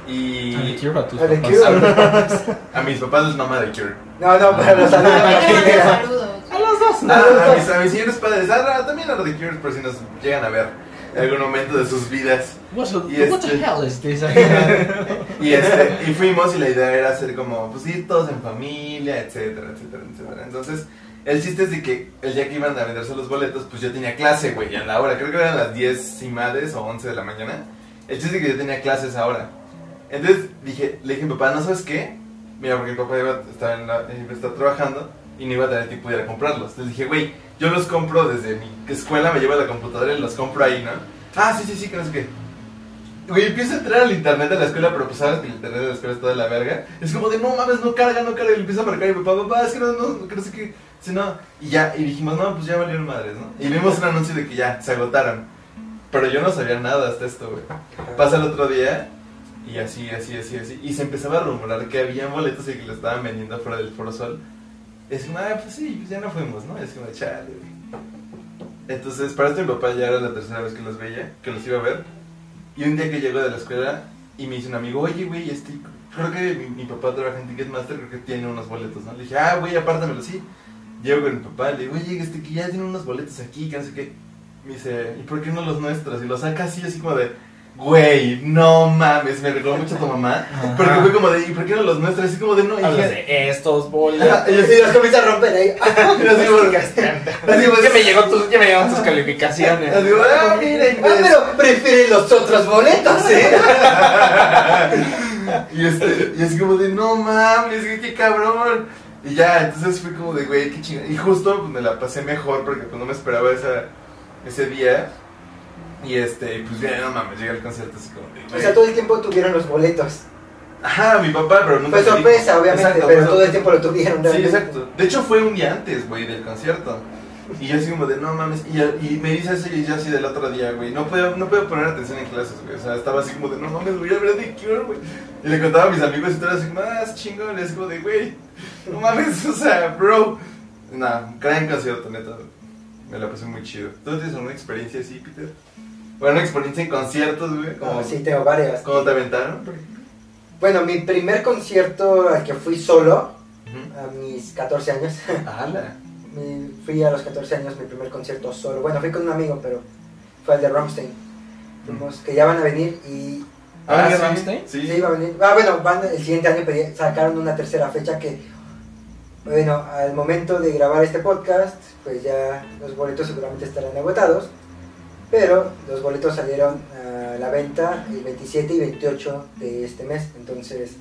y
A The Cure, a tus
A The
papás.
Cure, a los papás.
a mis papás les mama de Cure.
No, no, para los
Para que mande
alumnos.
saludos.
A los dos, ¿no?
Ah, a, mis, a mis señores padres, ah, también a los de Cure, por si nos llegan a ver en algún momento de sus vidas.
What's
Y
the- What the
este-
hell is this?
Y, este, y fuimos y la idea era hacer como, pues ir todos en familia, etcétera, etcétera, etcétera. Entonces, el chiste es de que el día que iban a venderse los boletos, pues yo tenía clase, güey, a la hora. Creo que eran las 10 y madres o 11 de la mañana. El chiste es de que yo tenía clases ahora. Entonces dije, le dije, papá, ¿no sabes qué? Mira, porque mi papá iba, estaba, en la- eh, iba a estar trabajando y no iba a tener tiempo de ir a comprarlos. Entonces dije, güey, yo los compro desde mi escuela, me llevo a la computadora y los compro ahí, ¿no? Ah, sí, sí, sí, que no sé qué. Güey, empiezo a entrar al internet de la escuela, pero pues sabes que el internet de la escuela está de la verga. Es como de, no mames, no carga, no carga. Y le empiezo a marcar y mi papá, papá, es que no, no, que no sé qué. Si no, y ya, y dijimos, no, pues ya valieron madres, ¿no? Y vimos un anuncio de que ya, se agotaron. Pero yo no sabía nada hasta esto, güey. Pasa el otro día y así, así, así, así. Y se empezaba a rumorar que habían boletos y que lo estaban vendiendo fuera del Foro Sol. Es como, ah, pues sí, pues ya no fuimos, ¿no? Es como, chale, güey. Entonces, para esto mi papá ya era la tercera vez que los veía, que los iba a ver. Y un día que llego de la escuela y me dice un amigo, oye, güey, este, creo que mi, mi papá trabaja en Ticketmaster, creo que tiene unos boletos, ¿no? Le dije, ah, güey, apártamelo, sí. Llego con mi papá, le digo, oye, este, que ya tiene unos boletos aquí, que no sé qué. Me dice, ¿y por qué no los nuestros? Y los saca así, así como de, güey, no mames, me recordó mucho a tu mamá. Porque fue como de, ¿y por qué no los nuestros? Así como de, no, y
Hablas
dije,
de estos bolas.
Ajá, y yo
Y
así,
los comienza a romper ahí.
y así como- así pues, como-
Ya me llegó tus, ya me llegaron tus calificaciones.
así como, ah, mira,
Ah,
imbécil.
pero prefieren los otros boletos, ¿eh?
y, este, y es como de, no mames, qué, qué cabrón. Y ya, entonces fui como de, güey, qué chingada. Y justo pues, me la pasé mejor porque pues no me esperaba esa, ese día. Y este, y, pues ya, no mames, llegué al concierto así como de,
O
güey.
sea, todo el tiempo tuvieron los boletos.
Ajá, mi papá, pero nunca.
Fue
se dijo.
sorpresa, obviamente,
Exacto,
pero
fue
todo el
sorpresa.
tiempo lo tuvieron.
Sí,
realmente.
exacto. De hecho, fue un día antes, güey, del concierto. Y yo así como de, no mames. Y, y me dice eso y yo así del otro día, güey. No puedo, no puedo poner atención en clases, güey. O sea, estaba así como de, no mames, voy a ver de Cure, güey. Y le contaba a mis amigos y todo así, más chingón. Es como de, güey, no mames, [laughs] o sea, bro. Nah, gran concierto, neta. Me la pasé muy chido. ¿Tú tienes alguna experiencia así, Peter? Bueno, una experiencia en conciertos, güey. Como,
No, Ah, sí, tengo varias.
¿Cómo te aventaron?
Bueno, mi primer concierto al que fui solo
Ujú.
a mis 14 años.
Ah,
Ala.
Me- fui a los 14 años mi primer concierto solo. Bueno, fui con un amigo, pero fue el de Rammstein. Fuimos, que ya van a venir y
¿Ahora
Ah,
es
sí,
Rammstein?
Sí.
Sí, iba a venir. Ah, bueno, van el siguiente año pedí- sacaron una tercera fecha que, bueno, al momento de grabar este podcast, pues ya los boletos seguramente estarán agotados, pero los boletos salieron a la venta el 27 y 28 de este mes, entonces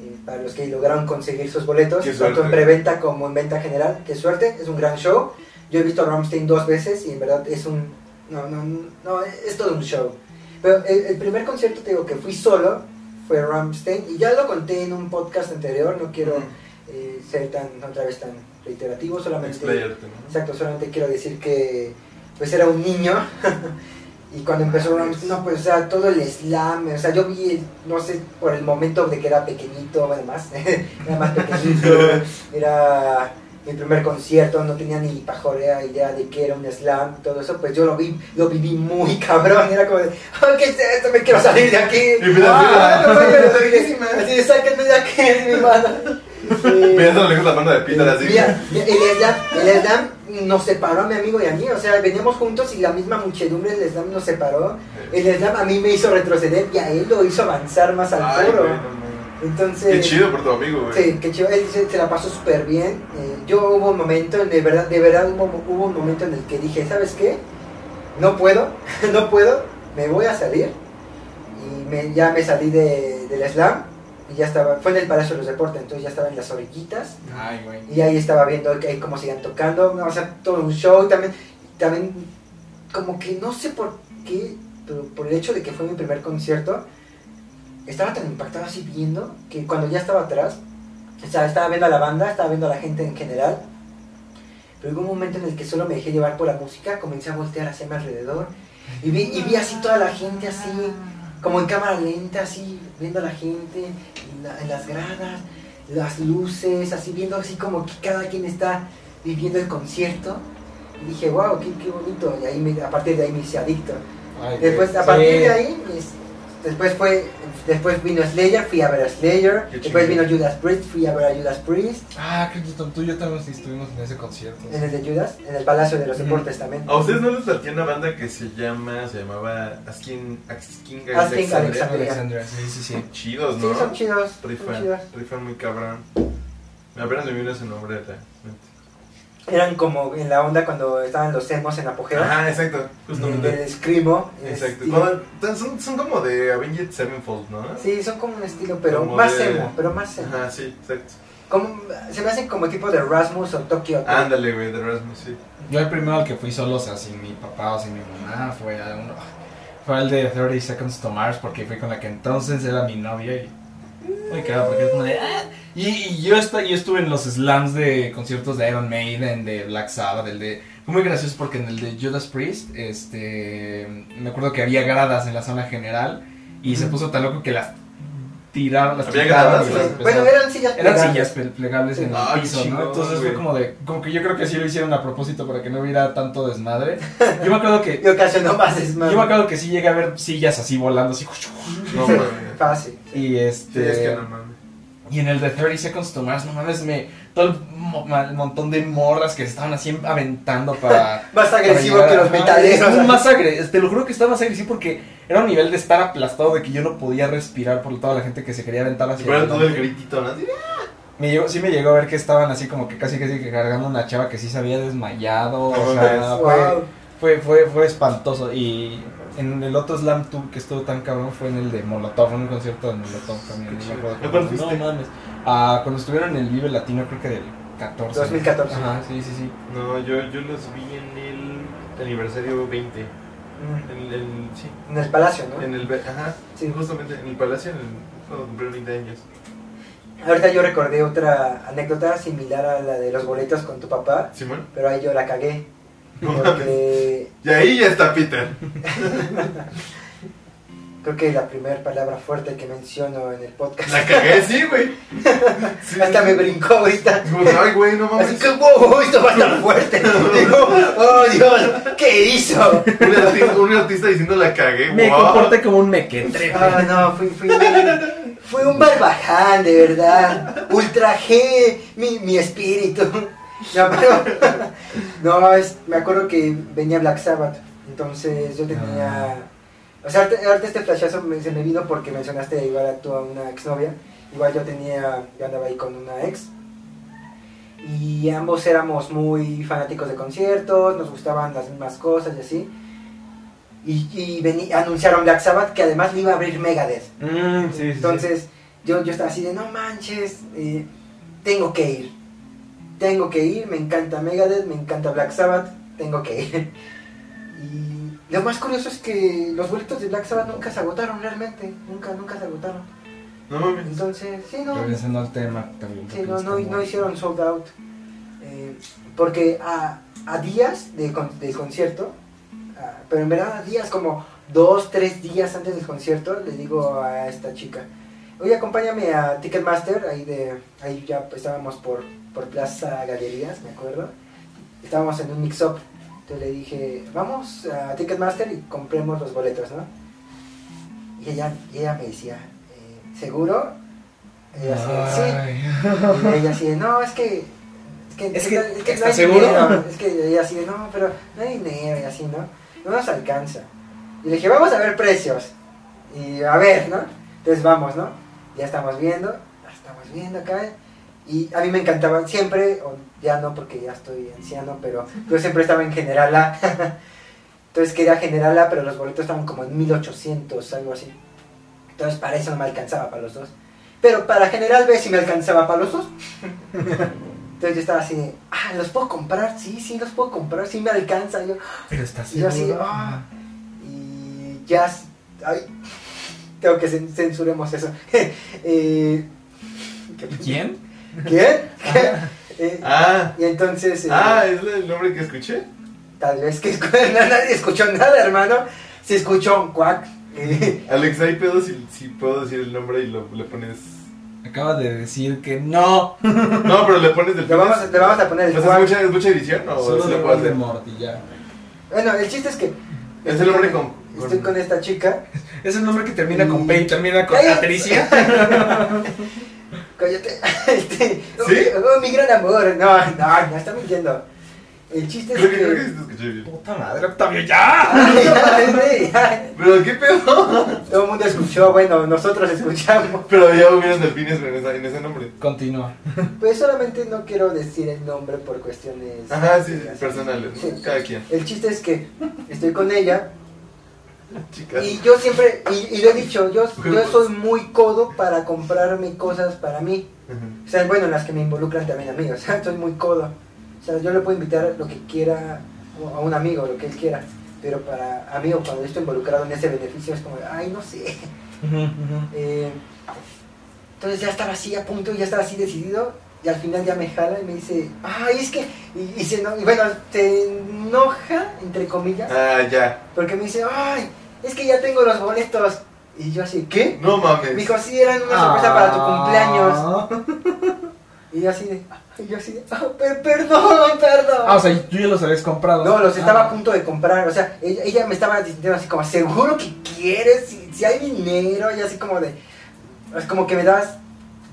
eh, para los que lograron conseguir sus boletos,
Qué
tanto en
suerte.
preventa como en venta general, qué suerte, es un gran show. Yo he visto a Rammstein dos veces y en verdad es un... No, no, no, es todo un show. Pero el, el primer concierto, te digo, que fui solo fue Rammstein y ya lo conté en un podcast anterior, no quiero eh, ser tan, otra vez tan reiterativo, solamente...
Explayarte, ¿no?
Exacto, solamente quiero decir que pues era un niño y cuando empezó Rammstein, no, pues o sea, todo el slam, o sea, yo vi, el- no sé, por el momento de que era pequeñito, además, era más pequeñito, era mi primer concierto, no tenía ni pajorea idea de que era un slam, todo eso, pues yo lo vi, lo viviví muy cabrón, era como de, "Ay, ¿qué es esto? Me quiero salir de aquí.
Y me la-
Ah,
me
no,
la-
no, no, no, Así de, sáquenme de aquí, mi mano. Sí.
Mira, lo lejos la mano de Peter así.
Mira, mira, el Slam, el Slam nos separó a mi amigo y a mí, o sea, veníamos juntos y la misma muchedumbre del Slam nos separó. El Slam a mí me hizo retroceder y a él lo hizo avanzar más al
Ay,
foro.
güey, no mames.
Entonces,
Qué chido por tu amigo, güey.
Sí, qué chido. Él se, se la pasó súper bien. Eh, yo hubo un momento, en- de verdad, de verdad hubo, hubo un momento en el que dije, ¿sabes qué? No puedo, [laughs] no puedo, me voy a salir. Y me- ya me salí de- del slam y ya estaba, fue en el Palacio de los Deportes, entonces ya estaba en las orillitas.
Ay, güey.
Y ahí estaba viendo que- cómo sigan tocando, no, o sea, todo un show. También, también como que no sé por qué, pero por el hecho de que fue mi primer concierto, estaba tan impactado así viendo que cuando ya estaba atrás, o sea, estaba viendo a la banda, estaba viendo a la gente en general. Pero hubo un momento en el que solo me dejé llevar por la música, comencé a voltear hacia mi alrededor y vi, y vi así toda la gente así, como en cámara lenta, así, viendo a la gente en, la- en las gradas, las luces, así viendo así como que cada quien está viviendo el concierto. Y dije, wow, qué, qué bonito. Y ahí me- a partir de ahí me hice adicto.
Ay,
Después, pues, a
güey.
partir
Sí.
de ahí, es- después, fue, después vino Slayer, fui a ver a Slayer.
Qué
Después
chingón.
vino Judas Priest, fui a ver a Judas Priest.
Ah, Cristo, tú y yo también estuvimos en ese concierto.
En el de Judas, en el Palacio de los Deportes también.
¿A ustedes no les latía una banda que se llama, se llamaba Asking, Asking
Asking
Alexandria?
Alexandra, sí, sí, sí.
Chidos,
Sí,
¿no?
son chidos. Son
Rifan,
chidos.
rifan muy cabrón. Apenas me vino ese nombre de la mente.
Eran como en la onda cuando estaban los emos en apogeo.
Ajá, Ah, exacto, justamente.
El screamo. el
Exacto.
estilo-
Cuando- entonces son, son como de Avenged Sevenfold, ¿no?
Sí, son como un estilo, pero
Como
más
de-
emo, pero más emo.
Ajá, sí, exacto.
Como, se me hacen como tipo de Rasmus o Tokyo.
Ah,
Hotel.
Ándale, güey, de Rasmus, sí.
Yo el primero al que fui solo, o sea, sin mi papá o sin mi mamá, fue a uno- Fue al de 30 Seconds to Mars porque fui con la que entonces era mi novia y... Muy caro porque es como de... "Ah". Y, y yo, esta- yo estuve en los slams de conciertos de Iron Maiden, de Black Sabbath, del de... Fue muy gracioso porque en el de Judas Priest, este... Me acuerdo que había gradas en la zona general y se puso tan loco que las tiraron, las
¿Había
quitaron
gradas?
y
Sí.
las
Bueno,
empezaron-
eran sillas.
eran
plegables.
sillas ple- plegables en
Ah,
el piso,
chingón,
¿no? Entonces
güey.
fue como de, como que yo creo que sí lo hicieron a propósito para que no hubiera tanto desmadre. Yo me acuerdo que,
Y ocasionó más desmadre.
yo me acuerdo que sí llegué a ver sillas así volando, así.
No mames.
Fácil.
Y
Sí,
este,
es que no mames.
y en el de 30 Seconds to Mars, no mames, me, todo el, mo- ma- el montón de morras que se estaban así aventando
[laughs]
para...
Más
para
agresivo
llegar
que
a-
los
Ajá,
metaleros.
es
[laughs]
un más agre- te lo juro que estaba más agresivo porque era un nivel de estar aplastado de que yo no podía respirar por toda la gente que se quería aventar
Y
hacia
fuera todo
adelante.
el gritito, ¿no? Así,
Me llegó, sí me llegó a ver que estaban así como que casi casi que cargando una chava que sí se había desmayado. O sea, fue,
Wow.
fue, fue, fue espantoso. Y en el otro Slam Tour que estuvo tan cabrón fue en el de Molotov, en un concierto de Molotov también. No, me acuerdo
¿A
cómo
cuál
se llama.
fuiste?
No mames. Ah, cuando estuvieron en el Vive Latino, creo que del 14.
2014.
Ajá, sí, sí, sí.
No, yo, yo los vi en el aniversario 20.
Mm.
En el, sí,
En el palacio, ¿no?
en el, ajá,
Sí.
justamente en el palacio, en el, cuando cumplieron 20 años.
Ahorita yo recordé otra anécdota similar a la de los boletos con tu papá,
¿Simón?
pero ahí yo la cagué.
No
[laughs]
Porque
Y ahí ya está Peter.
creo que la primera palabra fuerte que menciono en el podcast.
La cagué, sí, güey. Sí.
[laughs] Hasta me brincó ahorita.
Como que, Ay, güey, no
Así
mames.
que, wow, esto va a estar fuerte. Digo, oh Dios, ¿qué hizo?
Un artista, un artista diciendo la cagué,
Me
wow.
comporté como un mequetrefe.
Ah, no, fui, fui, muy, Fue un barbaján, de verdad. Ultrajé mi, mi espíritu. No, pero- [laughs] no, es- me acuerdo que venía Black Sabbath. Entonces yo tenía. O sea, ahorita, ahorita este flashazo me- se me vino porque mencionaste igual a tú a una exnovia. Igual yo tenía. Yo andaba ahí con una ex. Y ambos éramos muy fanáticos de conciertos, nos gustaban las mismas cosas y así. Y, y veni- anunciaron Black Sabbath que además le iba a abrir Megadeth.
Mm, sí, sí, sí.
Entonces Yo, yo estaba así de, no manches, eh, tengo que ir. Tengo que ir, me encanta Megadeth, me encanta Black Sabbath, tengo que ir. [laughs] Y lo más curioso es que los boletos de Black Sabbath nunca se agotaron realmente, nunca, nunca se agotaron.
No mames.
Entonces, sí, no,
Regresando al tema también.
sí,
porque
no, no,
está
no
muy-
hicieron sold out. Eh, porque a, a días de con- del concierto, a- pero en verdad a días como dos, tres días antes del concierto, le digo a esta chica, oye, acompáñame a Ticketmaster, ahí, de, ahí ya pues, estábamos por, por Plaza Galerías, me acuerdo, estábamos en un mix-up, entonces le dije, vamos a Ticketmaster y compremos los boletos, ¿no? Y ella, y ella me decía, "Eh, ¿seguro? Y ella
Ah,
así, sí, y ella así de, no, es que. Es que,
Es que-
no hay
¿estás seguro?
dinero. Es que ella así de, no, pero no hay dinero y así, ¿no? No nos alcanza. Y le dije, vamos a ver precios. Y a ver, ¿no? Entonces vamos, ¿no? Ya estamos viendo, ya estamos viendo acá. Y a mí me encantaba siempre, o ya no porque ya estoy anciano, pero yo siempre estaba en General A. [laughs] Entonces quería General A, pero los boletos estaban como en 1800, algo así. Entonces para eso no me alcanzaba para los dos. Pero para General B sí me alcanzaba para los dos. Entonces yo estaba así, de, ah, los puedo comprar, sí, sí, los puedo comprar, sí me alcanza. Y yo,
[laughs] Pero está
y yo así,
seguro.
ah, y ya, s- ay, tengo que cen- censuremos eso. [laughs] Eh, ¿qué-
¿Quién?
[laughs]
¿Quién? Eh,
Ah,
y entonces, eh,
ah, es el nombre que escuché.
tal vez que [laughs] escu- na- nadie escuchó nada, hermano, se escuchó un cuac. eh,
Alex, ahí pedo si, si puedo decir el nombre y lo, le pones.
Acabas de decir que no.
No, pero le pones del
le, vamos a, le vamos a poner el
¿Es
cuac.
mucha, ¿Es mucha edición o
Solo
se
le
le puede
voy de
hacer?
Morty ya.
[laughs] Bueno, el chiste es que...
Es el hombre con- con-
Estoy con esta chica.
Es el nombre que termina con P y termina con
Cállate.
[laughs] Patricia.
Cállate. [laughs] Este,
¿Sí?
oh, mi gran amor. No, no, no, está mintiendo. El chiste es
Creo que, creo que
que...
sí te escuché bien.
Puta madre, Octavio, ya.
Ay, ay, ay.
Pero qué pedo.
Todo el mundo escuchó, bueno, nosotros escuchamos.
Pero ya hubieran delfines en, esa- en ese nombre.
Continúa.
Pues solamente no quiero decir el nombre por cuestiones...
Ajá, sí, sí,
así.
personales. ¿no?
Sí.
Cada quien.
El chiste es que estoy con ella
Chicas.
y yo siempre, y, y lo he dicho, yo, yo soy muy codo para comprarme cosas para mí.
Ajá.
O sea, bueno, las que me involucran también a mí, o sea, [laughs] soy muy codo. O sea, yo le puedo invitar lo que quiera o- a un amigo, lo que él quiera. Pero para amigo, cuando yo estoy involucrado en ese beneficio, es como, ay, no sé. [laughs] Eh, entonces ya estaba así a punto, ya estaba así decidido. Y al final ya me jala y me dice, ay, es que. Y, y se eno- y bueno, te enoja, entre comillas,
Ah, ya.
porque me dice, ay, es que ya tengo los boletos. Y yo así, ¿qué?
No mames.
Me dijo, sí, eran una sorpresa para tu cumpleaños. Y yo así de, y yo así de, "Ah, per- perdón, perdón.
Ah, o sea, tú ya los habías comprado.
no, los estaba
Ah.
a punto de comprar, o sea, ella, ella me estaba diciendo así como, seguro que quieres, si, si hay dinero, y así como de, es como que me dabas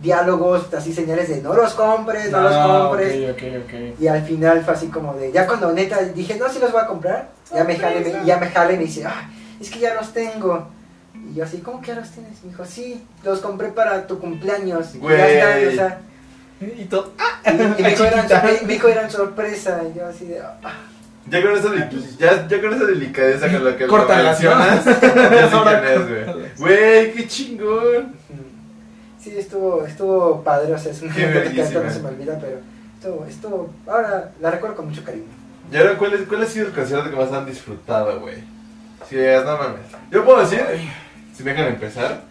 diálogos, así señales de, no los compres, no los
Ah,
compres.
ok, ok, ok.
Y al final fue así como de, ya cuando neta dije, no, si los voy a comprar, ya me jale, me- ya me jale y me dice, ah, es que ya los tengo. Y yo así, ¿cómo que ya los tienes? Me dijo, sí, los compré para tu cumpleaños. Y ya están, o
Güey.
sea,
Y todo.
y me
[laughs]
dijo, eran,
Chiquita.
me- me dijo, eran sorpresa. Y yo así de. ah,
Ya con, esa, deli- ya, ya con esa delicadeza con la que lo
Córtalas, ¿no?
mencionas, ya sé
Ahora
quién es, güey. Güey, qué chingón.
mm. Sí, estuvo, estuvo padre. O sea, es una
Qué
anécdota que ahorita
verguísima.
no se me olvida, pero estuvo, estuvo. Ahora la recuerdo con mucho cariño.
¿Y ahora cuál, es, cuál ha sido el concierto que más han disfrutado, güey? Si veas, no mames. Yo puedo decir, si me dejan empezar,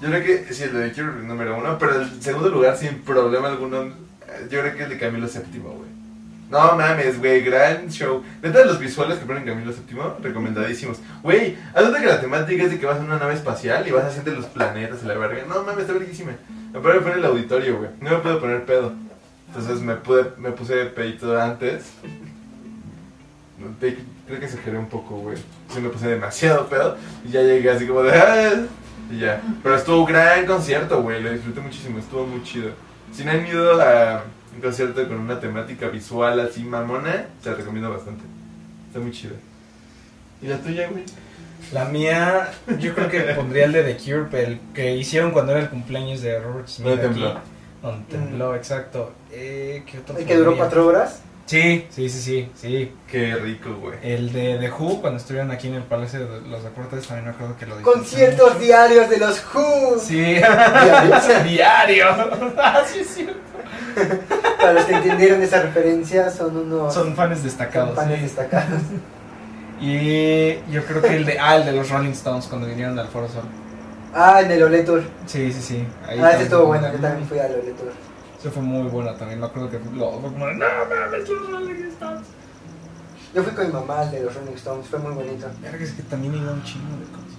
yo creo que sí, el de Cure número uno, pero el segundo lugar sin problema alguno, eh, yo creo que es el de Camilo VII, güey. No mames, güey, gran show. Neta, los visuales que ponen Camilo VII, recomendadísimos. Güey, hazte que la temática es de que vas en una nave espacial y vas haciendo los planetas y la verga. No mames, está verguísima. Me puedo poner el auditorio, güey. No me puedo poner pedo. Entonces me, pude, me puse pedito antes. No, te- Creo que exageré un poco, güey. Sí me puse demasiado pedo. Y ya llegué así como de... "Ah, Y ya. Pero estuvo un gran concierto, güey. Lo disfruté muchísimo. Estuvo muy chido. Si no han ido a un concierto con una temática visual así mamona, se la recomiendo bastante. Está muy chido. ¿Y la tuya, güey?
La mía, yo creo que pondría el de The Cure, pero el que hicieron cuando era el cumpleaños de Robert Smith.
Donde
aquí.
tembló.
Donde tembló, exacto. Eh, ¿qué otro
Mm. El que duró
pondría?
cuatro horas.
Sí, sí, sí, sí, sí.
Qué rico, güey.
El de The Who, cuando estuvieron aquí en el Palacio de los Deportes, también me acuerdo que lo disfruté
Conciertos
mucho.
diarios de los Who. [laughs]
Sí, [laughs]
Diarios.
diario. [laughs] Ah, sí, sí.
Para los que entendieron esa referencia, son unos
Son fans
son
destacados.
panes
sí.
destacados.
Y yo creo que el de, ah, el de los Rolling Stones cuando vinieron al Foro Sol.
Ah, en el Ole Tour.
Sí, sí, sí. Ahí
ah, ese
también.
estuvo bueno, yo también fui al Ole Tour.
Eso fue muy bueno también. Me acuerdo que lo, fue como, no mames, los Rolling Stones.
Yo fui con mi mamá al de los Rolling Stones, fue muy bonito.
Verga, es que también iba un chingo de cosas.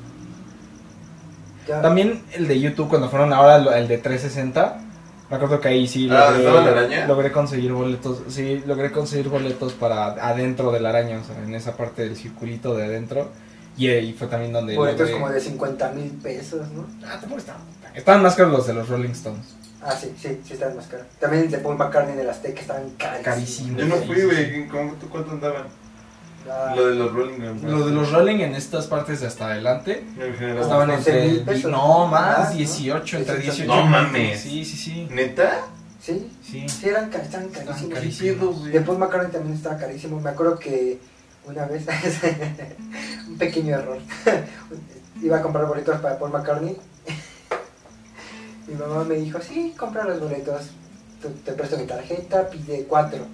Ya-
También el de YouTube, cuando fueron ahora lo- el de 360, me acuerdo que ahí sí
Ah,
logré,
¿estaba la araña?
logré conseguir boletos. Sí, logré conseguir boletos para adentro de la araña, o sea, en esa parte del circulito de adentro. Y ahí fue también donde.
Boletos
logré-
como de 50 mil pesos, ¿no?
Ah, tampoco estaban. Estaban más caros los de los Rolling Stones.
Ah, sí, sí, sí estaban más caros. También el de Paul McCartney en el Azteca estaban carísimos.
Carísimo.
Yo no fui, güey. ¿Cómo- tú ¿Cuánto andaban?
Ah,
Lo de los Rolling Stones.
Los de los Rolling en estas partes de hasta adelante
En general.
Estaba-
estaban
no,
entre.
mil
el-
pesos.
No, más,
Más, ¿no?
18, entre 18.
No mames.
Sí, sí, sí.
¿Neta?
sí,
Sí.
sí, eran, ca- estaban
Estaban
carísimos.
carísimos.
El de Paul McCartney también estaba carísimo. Me acuerdo que una vez, [laughs] un pequeño error, [laughs] iba a comprar boletos para Paul McCartney. [laughs] mi mamá me dijo, sí, compra los boletos. Te, te presto mi tarjeta, pide cuatro.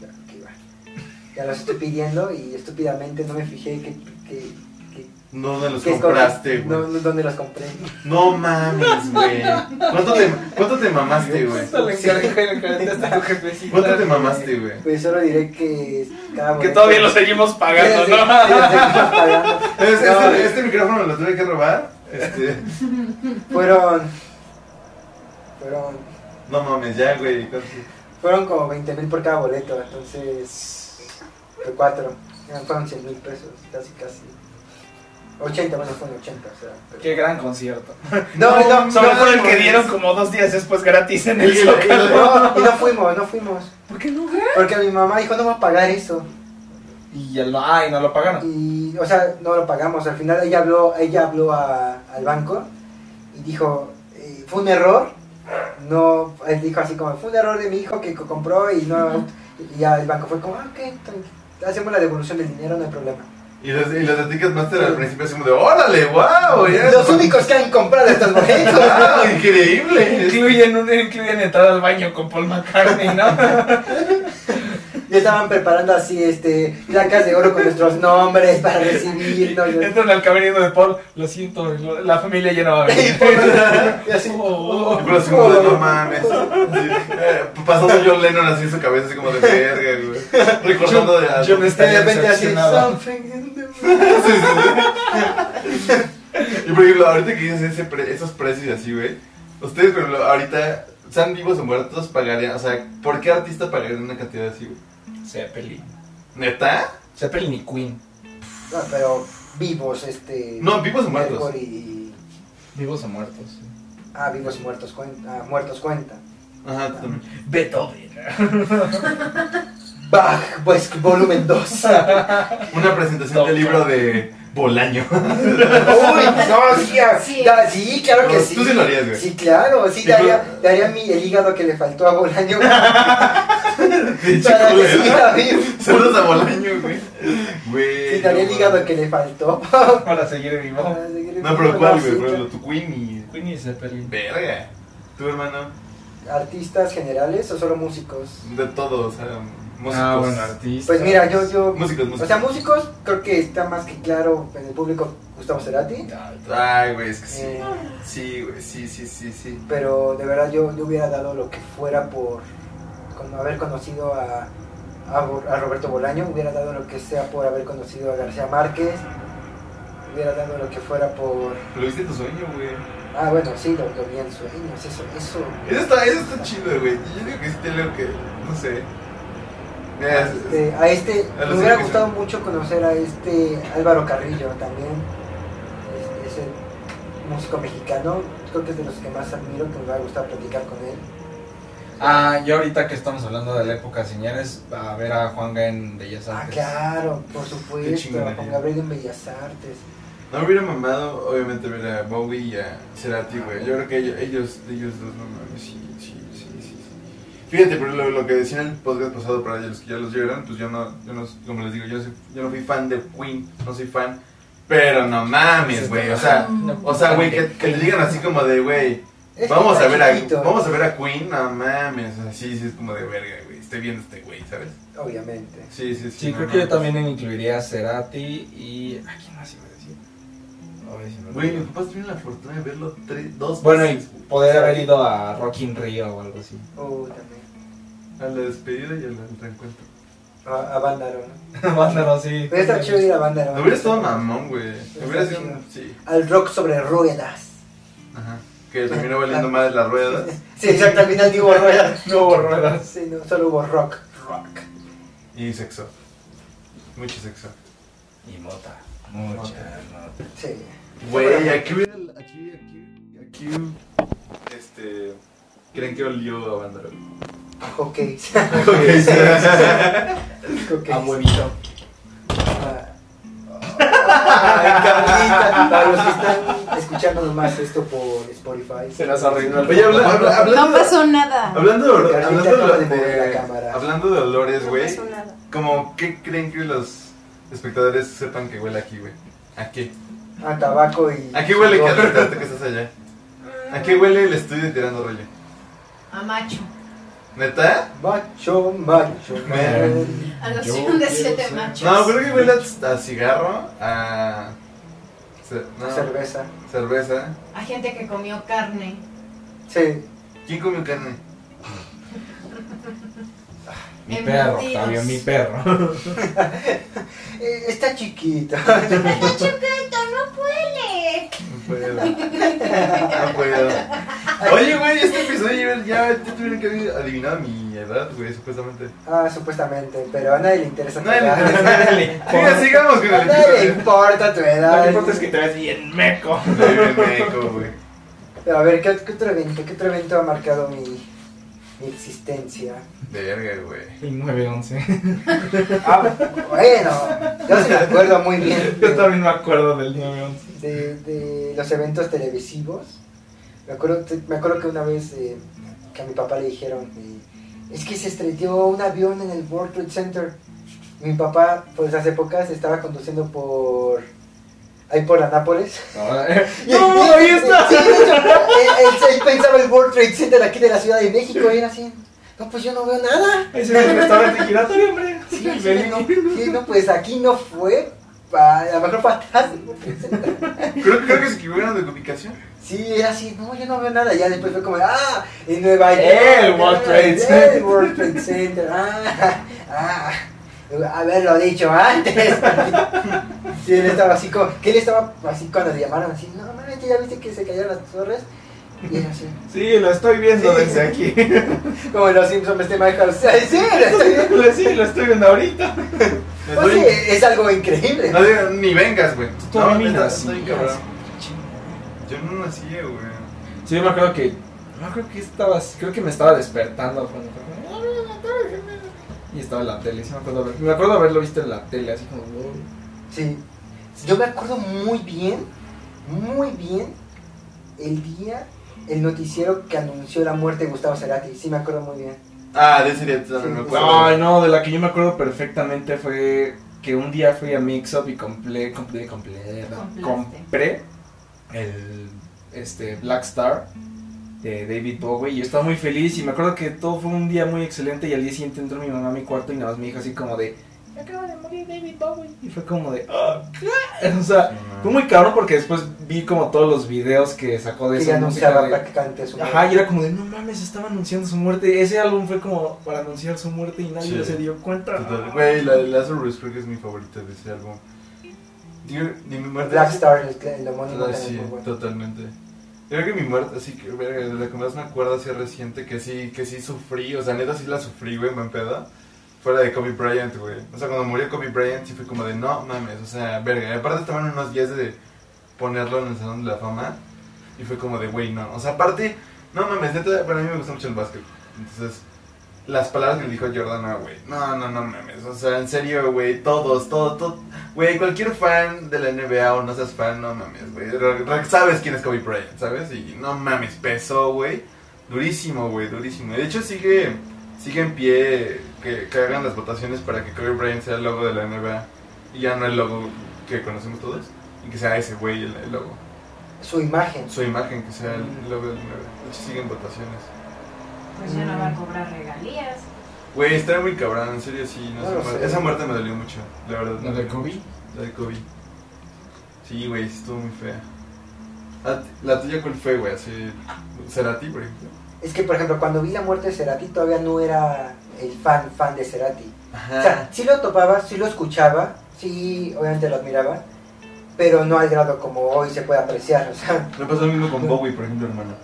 Ya, ok, va. Ya los estoy pidiendo y estúpidamente no me fijé que... que
No, ¿Dónde los
que es
compraste,
correcto.
güey?
No, no, ¿Dónde los compré?
No
[laughs]
mames, güey. ¿Cuánto te, cuánto te mamaste, güey?
Justo le encargué, le encargué hasta tu jefecita.
¿Cuánto te mamaste, güey?
Pues solo diré que cada
Que
boleto-
todavía lo seguimos pagando,
Sí,
¿no?
sí, sí, lo seguimos pagando.
Es-
No,
Este, este micrófono lo tuve que robar. Este,
Fueron. Fueron.
no mames, ya, güey.
Fueron como 20 mil por cada boleto, entonces. Por cuatro. eran- Fueron 100 mil pesos, casi, casi. 80, bueno, fueron 80, o sea. pero-
Qué gran concierto.
No, no,
Solo por el que
mames.
dieron como dos días después gratis en
el
el
Sí, Zócalo.
Zócalo.
No, y no fuimos, no fuimos.
¿Por qué no?
Porque mi mamá dijo, no va a pagar eso.
Y el, ay, no lo pagaron.
Y, o sea, no lo pagamos. Al final ella habló, ella habló a- al banco y dijo, eh, fue un error. No, él dijo así como, fue un error de mi hijo que co- compró y no. Y ya el banco fue como, ah, ok, tranqui- hacemos la devolución del dinero, no hay problema.
Y los, y los de Ticketmaster al principio así como de ¡Órale, wow! Ah, Ya,
Los únicos que han comprado estos boletos. [laughs]
¡Wow! ¡Increíble!
Incluyen, un- incluyen entrar al baño con Paul McCartney, [laughs] ¿no?
Ya estaban preparando así, este, placas de oro con nuestros nombres para
[laughs]
recibirnos.
Entran al camerino de Paul. Lo siento, lo- la familia ya no va a [laughs]
Y
venir.
por- y así,
Oh.
Y por así como de no mames. Sí. Eh, Pasando John Lennon así en su cabeza, así como de verga, güey. Recordando de
Yo me
algo.
De
estaría
repente así,
decepcionado.
something in the
Sí, sí, sí. Y por ejemplo, ahorita que dices ese pre- esos precios y así, güey. Ustedes, por ejemplo, ahorita, sean vivos o muertos, pagarían. O sea, ¿por qué artista pagaría una cantidad así, güey?
Zeppelin.
¿Neta?
Zeppelin y Queen.
No, pero vivos, este.
No, vivos o muertos.
Mercury y-
Vivos o muertos.
Ah, vivos muertos cuenta. Ah, muertos cuenta.
Ajá, tú también.
Beethoven.
Bach, pues volumen [laughs] 2.
Una presentación del libro de Bolaño.
Uy, no, sí, ah,
Sí.
da- sí, claro que sí.
Tú sí lo harías, güey.
Sí, claro, sí,
Sí,
daría,
pero-
daría mi, el hígado que le faltó a
[laughs]
Bolaño para
[laughs] Pinche
que
culero.
siga vivo.
[laughs] Saludos a Bolaño, güey. Güey.
Sí, daría el
no,
hígado
mames.
que le faltó.
Para seguir vivo.
para seguir
No,
vivo,
pero ¿cuál,
sí,
güey? Por ejemplo, tu Queen
Queen y Zeppelin.
y. Verga. Tu hermano.
¿Artistas generales o solo músicos?
De todo, o sea, músicos.
Ah, bueno, artista.
Pues mira, yo, yo.
Músicos, músicos.
O sea, músicos, creo que está más que claro en el público Gustavo Cerati.
Ay, güey, es que sí.
Eh,
Sí, güey, sí, sí, sí, sí.
Pero de verdad yo, yo hubiera dado lo que fuera por con haber conocido a, a, Bo- a Roberto Bolaño, hubiera dado lo que sea por haber conocido a García Márquez, hubiera dado lo que fuera por...
Lo viste en tu sueño, güey.
Ah, bueno, sí, lo, lo vi en sueños, eso, eso.
Eso está, eso está chido, güey. Yo digo que sí te lo que. No sé. Mira, es- es-
Este, a este,
A los
me hubiera
que
gustado
son.
mucho conocer a este Álvaro Carrillo también. Es- ese músico mexicano, creo que es de los que más admiro, que me va a gustar platicar con él.
Ah, yo ahorita que estamos hablando de la época señores, a ver a Juanga en Bellas
Ah,
Artes.
claro, por supuesto,
chingonería.
con Gabriel en Bellas Artes.
No me hubiera mamado, obviamente, ver a Bowie y a Cerati, güey. Yo creo que ellos, ellos, ellos dos, no mames, sí, sí, sí, sí, sí. Fíjate, pero lo, lo que decía en el podcast pasado para ellos que ya los llegaron, pues yo no, yo no, como les digo, yo, soy- yo no fui fan de Queen, no soy fan. Pero no mames, güey, o sea, o sea, güey, que, que le digan así como de, güey,
Es
vamos
que
a ver
está
a,
chiquito, ¿eh?
vamos a ver a Queen, no mames, así, sí, es como de verga, güey, estoy viendo este güey, ¿sabes?
Obviamente.
Sí, sí, sí.
Sí,
no
creo que yo
mames.
también incluiría a Cerati y. ¿A quién más iba a decir? Ay, se me
Güey,
olvidó.
mis papás tuvieron la fortuna de verlo tres, dos
Bueno, y
veces.
poder haber ido a Rock in Rio o algo así. [laughs]
Oh, también.
A la despedida y al reencuentro.
A, a Bándaro, ¿no?
Mándalo así.
Pero está chido ir a Bándaro.
Me hubiera estado mamón, güey. Me hubiera sido.
chido.
Sí.
Al rock sobre ruedas.
Ajá. Que terminó valiendo más las ruedas.
Ah. Sí, exacto, al final digo ruedas.
No hubo ruedas.
[laughs] Sí, no, solo hubo rock. Rock.
Y sexo. Mucho sexo.
Y mota. Mucha
Mota.
mota.
Sí.
Güey, aquí hubiera. Aquí, aquí, aquí. Este. Creen que olió a
[laughs]
Bandero.
A hockey. [laughs]
Ah,
Hockey.
A huevito.
Ah. Ay, Carlita, Para los que están escuchando nomás esto por Spotify.
Se nos arruinó el-
Oye, habla, habla,
No
hablando.
pasó nada.
Hablando de, olor-
Carlita
hablando
acaba
de,
de mover la
de-
cámara.
hablando de olores,
No
güey,
pasó nada.
como qué creen que los espectadores sepan que huele aquí, güey. ¿A qué?
A Ah, tabaco y.
¿A qué huele Carlita, ahorita que estás allá? ¿A qué huele el estudio de tirando rollo?
A macho.
¿Neta?
Macho, macho,
Man.
man.
A
Yo
noción de
quiero
siete
ser-
machos.
No, creo que huele a, a cigarro, a. ce- no,
Cerveza.
cerveza.
A gente que comió [laughs] carne.
Sí.
¿Quién comió carne?
Mi perro,
Embutidos.
Octavio, mi
[laughs]
[laughs]
perro.
Eh, Está chiquito.
Está chiquito, no puede.
No puedo. No puedo. Oye, güey, este episodio ya, ya tuvieron que haber adivinado mi edad, güey, supuestamente.
Ah, supuestamente, pero a nadie le interesa. tu
No, el
edad.
Siga, sigamos con
A
el
nadie le
episodio.
importa tu
Lo
edad.
que importa es que te ves bien meco.
Ay, bien meco, güey.
Pero a ver, ¿qué, qué otro evento, ¿qué otro evento ha marcado mi, mi existencia?
Verga, güey.
Y 9-11.
Ah, bueno, yo sí me acuerdo muy bien
[laughs] Yo
de,
también me acuerdo del 9-11.
de- de los eventos televisivos. Me acuerdo, me acuerdo que una vez eh, que a mi papá le dijeron, eh, es que se estrelló un avión en el World Trade Center. Mi papá, por esas épocas, estaba conduciendo por... Ahí por Anápolis. Y-
¡No,
y-
ahí está!
sí, de hecho, él, él- él pensaba el World Trade Center aquí de la Ciudad de México y era así. No, pues yo no veo nada.
Ahí se ve el restaurante giratorio, hombre. Sí,
Sí, no, sí, no, pues aquí no fue. pa- A lo mejor fue atrás. del World Trade Center.
Creo, creo que se equivocaron de ubicación.
Sí, era así. No, yo no veo nada. Ya después fue como, ah, en Nueva York. Ah,
El World Trade
el
Center.
World Trade Center. Ah, [laughs] ah. Haberlo dicho antes. Sí, él estaba así como, que él estaba así cuando le llamaron así, no mames, ya viste que se cayeron las torres. Y era así.
Sí, lo estoy viendo
Sí.
desde aquí.
Como en los Simpsons, este Michael. Sí,
[laughs]
sí, lo estoy viendo.
Sí, lo estoy viendo ahorita.
Les
Pues sí,
doy-
es algo increíble.
No digan, ni vengas, güey.
Tú a mí me
neta,
nacías.
estoy cabrón. Yo no nací, güey.
Sí, yo me acuerdo que. No creo que estabas. Creo que me estaba despertando cuando. "Ah, Y estaba en la tele, sí me acuerdo haber- Me acuerdo haberlo visto en la tele, así como. "Oh". "Wow".
Sí. Yo me acuerdo muy bien, muy bien, el día, el noticiero que anunció la muerte de Gustavo Cerati. Sí, me acuerdo muy bien.
Ah, de ese día también me
Sí.
acuerdo.
Ay, no, de la que yo me acuerdo perfectamente fue que un día fui a Mix Up y compré, compré, compré,
Compraste.
compré el este, Black Star de David Bowie y yo estaba muy feliz y me acuerdo que todo fue un día muy excelente y al día siguiente entró mi mamá a mi cuarto y nada más me dijo así como de acaba de morir David Bowie y fue como de "Ah, ¿qué?". [laughs] o sea fue muy cabrón porque después vi como todos los videos que sacó de
Que
esa
ya
música
anunciaba
de-
prácticamente su muerte.
Ajá, y era como de, no mames, estaba anunciando su muerte. Ese álbum fue como para anunciar su muerte y nadie
Sí.
se dio cuenta.
Total. Güey, la de Lazarus creo que es mi favorita de ese álbum. Digo, ni mi muerte.
Black Star, el, el homónimo
Ah,
también
sí,
muy bueno.
totalmente. Yo creo que mi muerte, así que, verga, de la que más me acuerdo así reciente, que sí, que sí sufrí, o sea, neta sí la sufrí, güey, me pedo. Fuera de Kobe Bryant, güey. O sea, cuando murió Kobe Bryant sí fue como de, no mames, o sea, verga. Y aparte estaban unos días de ponerlo en el Salón de la Fama. Y fue como de, güey, no. O sea, aparte, no mames, neta, para mí me gusta mucho el básquet. Entonces, las palabras que le dijo Jordan a, güey, no, no, no mames. O sea, en serio, güey, todos, todo, todo. Güey, cualquier fan de la NBA o no seas fan, no mames, güey. Re- re- Sabes quién es Kobe Bryant, ¿sabes? Y no mames, pesó, güey. Durísimo, güey, durísimo. De hecho, sigue, sigue en pie que, que hagan las votaciones para que Kobe Bryant sea el logo de la NBA. Y ya no el logo que conocemos todos. Y que sea ese, güey, el- el logo
Su imagen.
su imagen que sea el logo del 9. De hecho, siguen votaciones.
Pues ya no va a cobrar regalías.
Güey, está muy cabrón, en serio, sí. No
No
sé,
lo
mu-
sé.
Esa muerte me dolió mucho, la verdad.
¿La
me
de
dolió
Kobe?
mucho. La de Kobe. Sí, güey, sí estuvo muy fea. Ah, t- ¿La tuya cuál fue, güey? Así, Cerati, por ejemplo.
Es que, por ejemplo, cuando vi la muerte de Cerati todavía no era el fan, fan de Cerati. O sea,
Ajá.
sí lo topaba, sí lo escuchaba, sí, obviamente lo admiraba, pero no al grado como hoy se puede apreciar. O sea,
Me pasó lo mismo con Bowie, por ejemplo, hermano.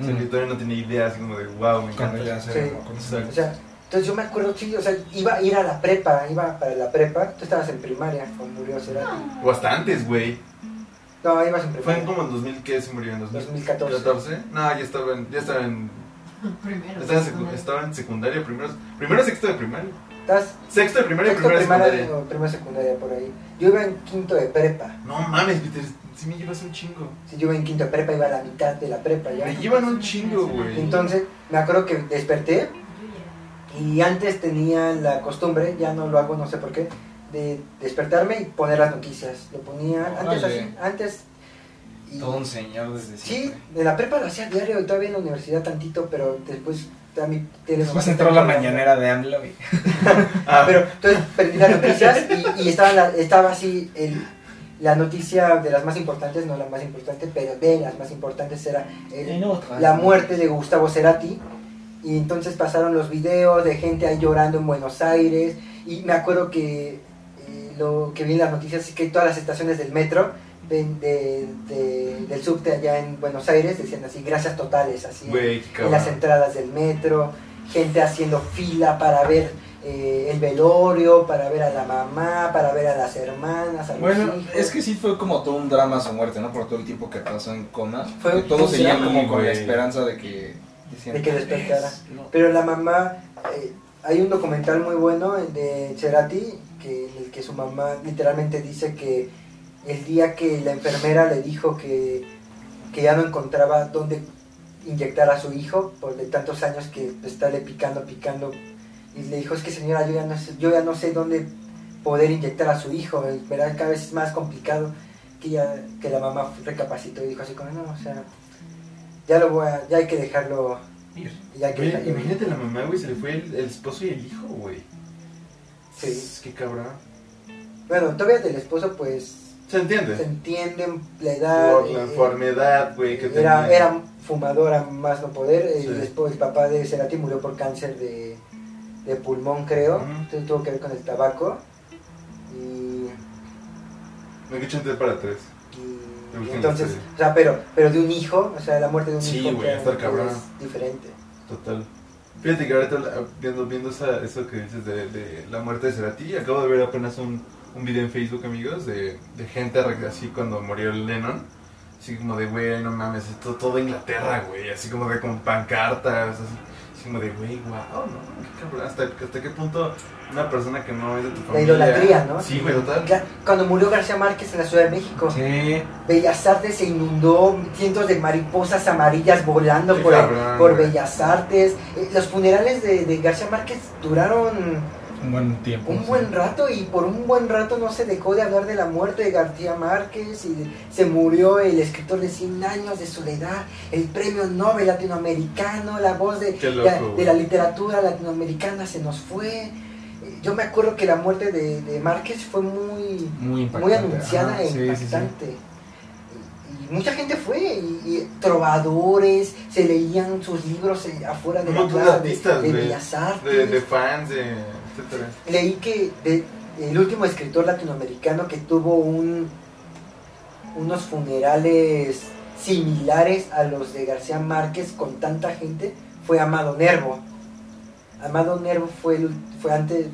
O sea,
Mm.
que todavía no tenía idea, así como de, wow, me
Cuando
encanta.
ya se.
Sí.
cuando se-
Exacto.
o sea, entonces yo me acuerdo, sí, o sea, iba a ir a la prepa, iba para la prepa, tú estabas en primaria cuando murió Cerati.
O hasta antes, güey.
No, ibas en
Fue en
primaria.
como en 2000, ¿qué se murió? ¿En
2014.
2014? No, ya estaba en, ya estaba en,
Primero.
estaba en, secu- estaba en secundaria, primero, primero sexto de primaria.
Estabas
Sexto de primaria,
sexto
primera de
primaria
secundaria.
o primera secundaria por ahí. Yo iba en quinto de prepa.
No mames, Peter, si me llevas un chingo.
Si yo iba en quinto de prepa, iba a la mitad de la prepa ya.
Me llevan un chingo, güey.
Entonces, me acuerdo que desperté y antes tenía la costumbre, ya no lo hago, no sé por qué, de despertarme y poner las noticias. Lo ponía antes
Órale.
así, antes. y-
Todo un señor desde
sí,
siempre.
de la prepa lo hacía diario y todavía en la universidad tantito, pero después a mi tele
Después
nomás
entró la
estaba-
mañanera de AMLO y...
Ah,
[laughs] Pero entonces prendí las noticias y, y estaba, la- estaba así el- la noticia de las más importantes, no la más importante, pero de las más importantes era el, la muerte de Gustavo Cerati. Y entonces pasaron los videos de gente ahí llorando en Buenos Aires. Y me acuerdo que eh, lo que vi en las noticias es que todas las estaciones del metro, ven- de- de- del subte allá en Buenos Aires, decían así, gracias totales, así
güey, qué
en las
cabrón.
entradas del metro, gente haciendo fila para ver eh, el velorio, para ver a la mamá, para ver a las hermanas, a los
Bueno,
hijos.
es que sí fue como todo un drama su muerte, ¿no? Por todo el tiempo que pasó en coma.
Fue
Que todos
sí,
seguían como con la
güey.
esperanza de que... decían,
De que
"Tal vez,
despertara".
no".
Pero la mamá, eh, hay un documental muy bueno el de Cerati, que, en el que su mamá literalmente dice que el día que la enfermera le dijo que, que ya no encontraba dónde inyectar a su hijo, por de tantos años que estarle picando, picando, y le dijo, es que señora, yo ya no sé, yo ya no sé dónde poder inyectar a su hijo, y verá, cada vez es más complicado que, ya, que la mamá recapacitó y dijo así como, no, o sea, ya lo voy a, ya hay que dejarlo, ya hay que
Güey,
dejarlo".
imagínate la mamá, güey, se le fue el, el esposo y el hijo, güey.
Sí.
Qué cabrón.
Bueno, todavía del esposo, pues
¿Se entiende?
se entiende la edad.
Por la
eh,
enfermedad, güey, que
era,
tenía.
era fumadora más no poder. El,
Sí.
esp- el papá de Cerati murió por cáncer de, de pulmón, creo.
Ujú.
Entonces tuvo que ver con el tabaco. Y,
Me quedé chanté para tres.
y-
Me gusta
y entonces,
la historia.
o sea, pero, pero de un hijo, o sea, la muerte de un
Sí,
hijo
güey,
claro,
está cabrón.
es diferente.
Total. Fíjate que ahorita la- viendo, viendo esa- eso que dices de, de la muerte de Cerati, acabo de ver apenas un, un video en Facebook, amigos, de, de gente re- así cuando murió Lennon. Así como de, güey, no mames, esto todo Inglaterra, güey. Así como de con pancartas. Así, así como de, güey, wow, no, qué cabrón. ¿Hasta, hasta qué punto una persona que no es de tu
La
familia.
idolatría, ¿no?
Sí, güey, total.
Cla- Cuando murió García Márquez en la Ciudad de México,
Sí.
Bellas Artes se inundó, cientos de mariposas amarillas volando
Qué
por, el-
cabrón,
por
güey.
Bellas Artes. Eh, Los funerales de, de García Márquez duraron
Un buen tiempo.
un
sí.
buen rato y por un buen rato no se dejó de hablar de la muerte de García Márquez y de- se murió el escritor de 100 años de soledad, el premio Nobel latinoamericano, la voz de,
Qué
la-
loco,
de
güey.
la literatura latinoamericana se nos fue. Eh, Yo me acuerdo que la muerte de, de Márquez fue muy
Muy
muy
impactante.
anunciada
Ajá,
e
sí, sí, sí.
impactante. Y, y mucha gente fue, y, y trovadores, se leían sus libros eh, afuera de
Un
la
montón de
plaza de,
artistas,
de
güey.
Bellas Artes.
De, de fans, de, etcétera.
Leí que de- el último escritor latinoamericano que tuvo un, unos funerales similares a los de García Márquez con tanta gente fue Amado Nervo. Amado Nervo fue, el- fue antes